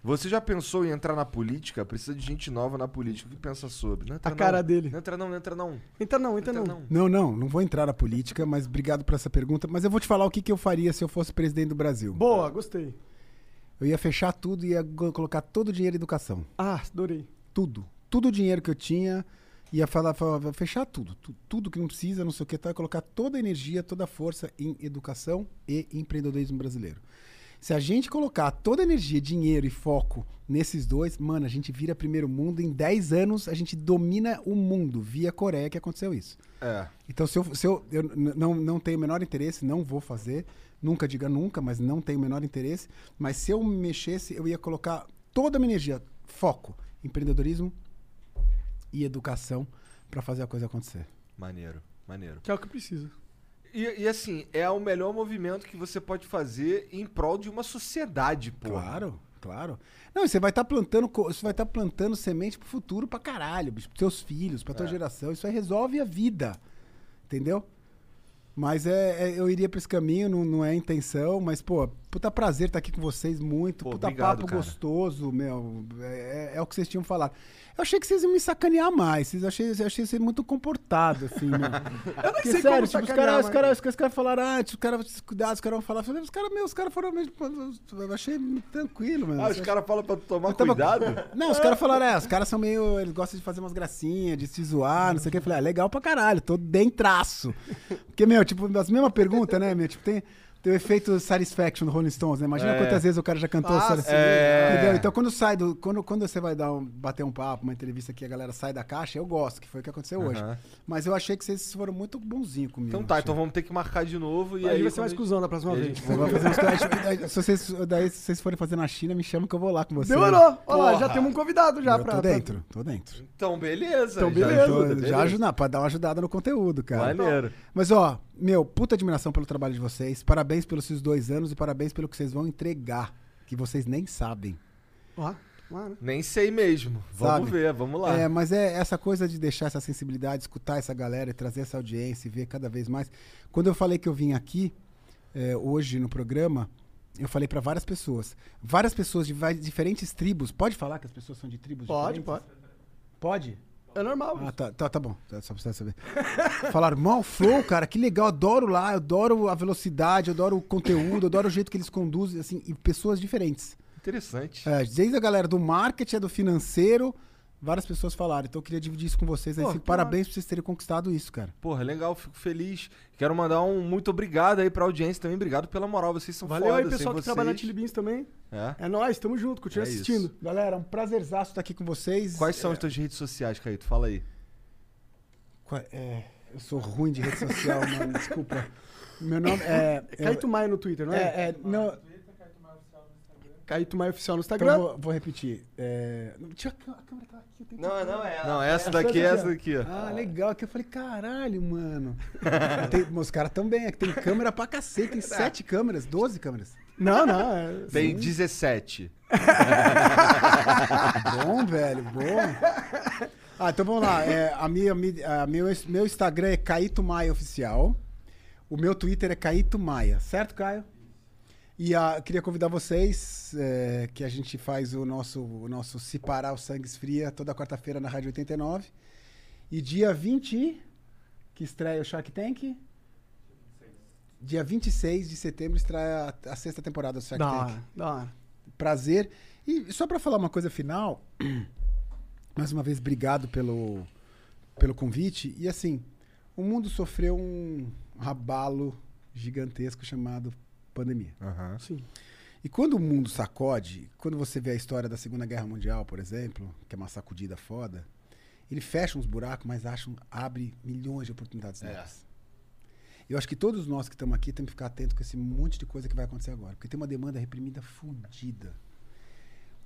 B: Você já pensou em entrar na política? Precisa de gente nova na política. O que pensa sobre? Não
A: A
B: entra não.
A: cara dele.
B: Não entra não, não entra não.
A: Entra não, entra,
B: Entra
A: não.
B: não.
C: Não, não, não vou entrar na política, mas obrigado por essa pergunta. Mas eu vou te falar o que, que eu faria se eu fosse presidente do Brasil.
A: Boa, gostei.
C: Eu ia fechar tudo e ia go- colocar todo o dinheiro em educação.
A: Ah, adorei.
C: Tudo. Tudo o dinheiro que eu tinha. Ia falar, falava, fechar tudo, tu- tudo que não precisa, não sei o que, tá? Ia colocar toda a energia, toda a força em educação e empreendedorismo brasileiro. Se a gente colocar toda a energia, dinheiro e foco nesses dois, mano, a gente vira primeiro mundo. Em 10 anos, a gente domina o mundo, via Coreia que aconteceu isso.
B: É.
C: Então, se eu, se eu, eu n- não, não tenho o menor interesse, não vou fazer. Nunca diga nunca, mas não tenho o menor interesse. Mas se eu me mexesse, eu ia colocar toda a minha energia, foco, empreendedorismo e educação para fazer a coisa acontecer.
B: Maneiro, maneiro.
A: Que é o que precisa.
B: E, e assim, é o melhor movimento que você pode fazer em prol de uma sociedade, pô.
C: Claro, claro. Não, e você vai estar plantando, co- você vai estar plantando semente pro futuro pra caralho, bicho, pros seus filhos, pra tua geração. Isso aí resolve a vida. Entendeu? Mas é, é- eu iria pra esse caminho, não, não é a intenção, mas, pô, puta prazer estar aqui com vocês muito,
B: Pô,
C: puta
B: obrigado,
C: papo
B: cara.
C: gostoso, meu. É, é- é o que vocês tinham falado. Eu achei que vocês iam me sacanear mais, vocês achei, eu achei vocês muito comportado, assim, meu. eu
A: sei como
C: tipo, os
A: sacanear,
C: caras
A: mas-
C: os cara, os caras falaram, ah, tipo, os caras descuidados, os caras vão falar. Eu falei, Os caras, meu, os caras foram mesmo. Eu achei tranquilo, mano.
B: Ah, os caras falam pra tu tomar
C: Eu tava-
B: cuidado?
C: Não, os caras falaram, é, os caras são meio. Eles gostam de fazer umas gracinhas, de se zoar, não sei o que. Eu falei, ah, legal pra caralho, tô dentraço. Porque, meu, tipo, as mesmas perguntas, né, meu? Tipo, tem. Tem o efeito satisfaction do Rolling Stones, né? Imagina quantas vezes o cara já
B: Então,
C: cantou
A: Ah,
C: satisfaction.
B: É. sim. É.
C: Entendeu? Então, quando sai do. Quando, quando você vai dar um, bater um papo, uma entrevista que a galera sai da caixa, eu gosto, que foi o que aconteceu hoje.
B: Aham.
C: Mas eu achei que vocês foram muito bonzinhos comigo. assim.
B: Então tá,
C: achei.
B: então vamos ter que marcar de novo e
A: aí,
B: aí...
A: vai ser mais
B: quando
A: cuzão da próxima
B: a
A: vez.
B: gente-
C: Você vai fazer uns crash- Se vocês, daí, se vocês forem fazer na China, me chama que eu vou lá com vocês.
A: Demorou. Olha lá,
B: Porra.
A: já temos um convidado já
C: Eu
A: pra.
C: tô
A: pra-
C: dentro, tô dentro.
B: Então beleza.
A: Então,
B: já
A: beleza.
B: ajuda,
C: Tô-
B: beleza.
C: já ajudar, pra dar uma ajudada no conteúdo, cara.
B: Maneiro.
C: Mas, ó, meu, puta admiração pelo trabalho de vocês. Parabéns pelos seus dois anos e parabéns pelo que vocês vão entregar, que vocês nem sabem.
A: Ó, lá, né?
B: Nem sei mesmo.
C: Sabe?
B: Vamos ver, vamos lá.
C: É, mas é essa coisa de deixar essa sensibilidade, escutar essa galera e trazer essa audiência e ver cada vez mais. Quando eu falei que eu vim aqui, é, hoje no programa, eu falei pra várias pessoas. Várias pessoas de vai- diferentes tribos. Pode falar que as pessoas são de tribos
A: Pode,
C: diferentes?
A: pode.
C: Pode?
A: É normal.
C: Ah, tá, tá, tá bom. Tá, Só pra você saber. Falaram, mal flow, cara, que legal, adoro lá, adoro a velocidade, adoro o conteúdo, adoro o jeito que eles conduzem, assim, e pessoas diferentes.
B: Interessante.
C: É, desde a galera do marketing, é do financeiro, várias pessoas falaram. Então eu queria dividir isso com vocês. Aí,
A: Pô,
C: fico
A: que
C: parabéns por vocês terem conquistado isso, cara.
B: Porra, legal, fico feliz. Quero mandar um muito obrigado aí pra audiência também. Obrigado pela moral, vocês são
A: Valeu
B: foda,
A: aí, pessoal
B: sem
A: que trabalha na
B: vocês-
A: Chili Beans também.
B: É?
A: É nóis, tamo junto, continua
B: É isso.
A: assistindo.
C: Galera, um prazerzaço estar aqui com vocês.
B: Quais são as tuas redes sociais, Caíto? Fala aí.
C: Qua- é, eu sou ruim de rede social, mano, desculpa. Meu nome é.
A: É Caíto Maia no Twitter, não
C: eu,
A: é?
C: é, é, não,
A: Caíto Maia Oficial no Instagram.
C: então vou, vou repetir. É, não, tinha a câ- a câmera tá aqui, eu tenho
D: Não, não é.
B: Não, essa daqui é essa daqui, ó.
C: Ah, legal. Que eu falei, caralho, mano. tem, os caras também, é que tem câmera pra cacete. Tem sete câmeras, 12 câmeras.
A: Não, não. é-
B: Tem 17.
C: Bom, velho, bom. Ah, então vamos lá. É, a minha, mi- a meu, meu Instagram é Caíto Maia Oficial. O meu Twitter é Caíto Maia, certo, Caio? E ah, eu queria convidar vocês é, que a gente faz o nosso, o nosso Se Parar o Sangue Esfria toda quarta-feira na Rádio 89. E dia 20, que estreia o Shark Tank. Dia 26 de setembro estreia a, a sexta
B: Tá
C: temporada do Shark
A: Da
C: Tank
A: hora, da hora.
C: prazer. E só para falar uma coisa final, mais uma vez, obrigado pelo, pelo convite. E assim, o mundo sofreu um abalo gigantesco chamado pandemia.
A: Sim.
C: E quando o mundo sacode, quando você vê a história da Segunda Guerra Mundial, por exemplo, que é uma sacudida foda, ele fecha uns buracos, mas acha, um- abre milhões de oportunidades novas. Eu acho que todos nós que estamos aqui temos que ficar atentos com esse monte de coisa que vai acontecer agora, porque tem uma demanda reprimida fodida.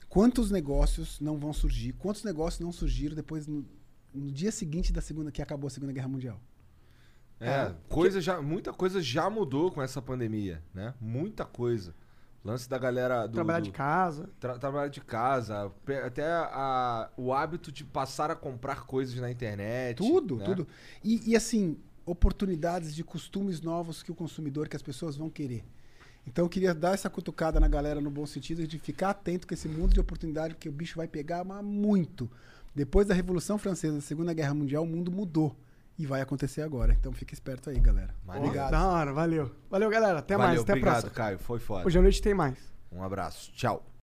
C: Quantos negócios não vão surgir? Quantos negócios não surgiram depois no, no dia seguinte da segunda que acabou a Segunda Guerra Mundial?
A: É,
B: É, coisa já, muita coisa já mudou com essa pandemia, né? Muita coisa. Lance da galera do.
A: Trabalhar
B: do-
A: de casa.
B: tra- trabalhar de casa. pe- Até a- o hábito de passar a comprar coisas na internet.
C: Tudo,
B: né?
C: tudo. E, e, assim, oportunidades de costumes novos que o consumidor, que as pessoas vão querer. Então eu queria dar essa cutucada na galera no bom sentido de ficar atento com esse mundo de oportunidade que o bicho vai pegar mas muito. Depois da Revolução Francesa, da Segunda Guerra Mundial, o mundo mudou. E vai acontecer agora. Então fica esperto aí, galera.
B: Maneiro.
C: Obrigado.
A: Da hora, valeu. Valeu, galera. Até
B: Valeu,
A: mais, até a
B: obrigado,
A: próxima.
B: Caio. Foi foda.
A: Hoje à noite tem mais.
B: Um abraço. Tchau.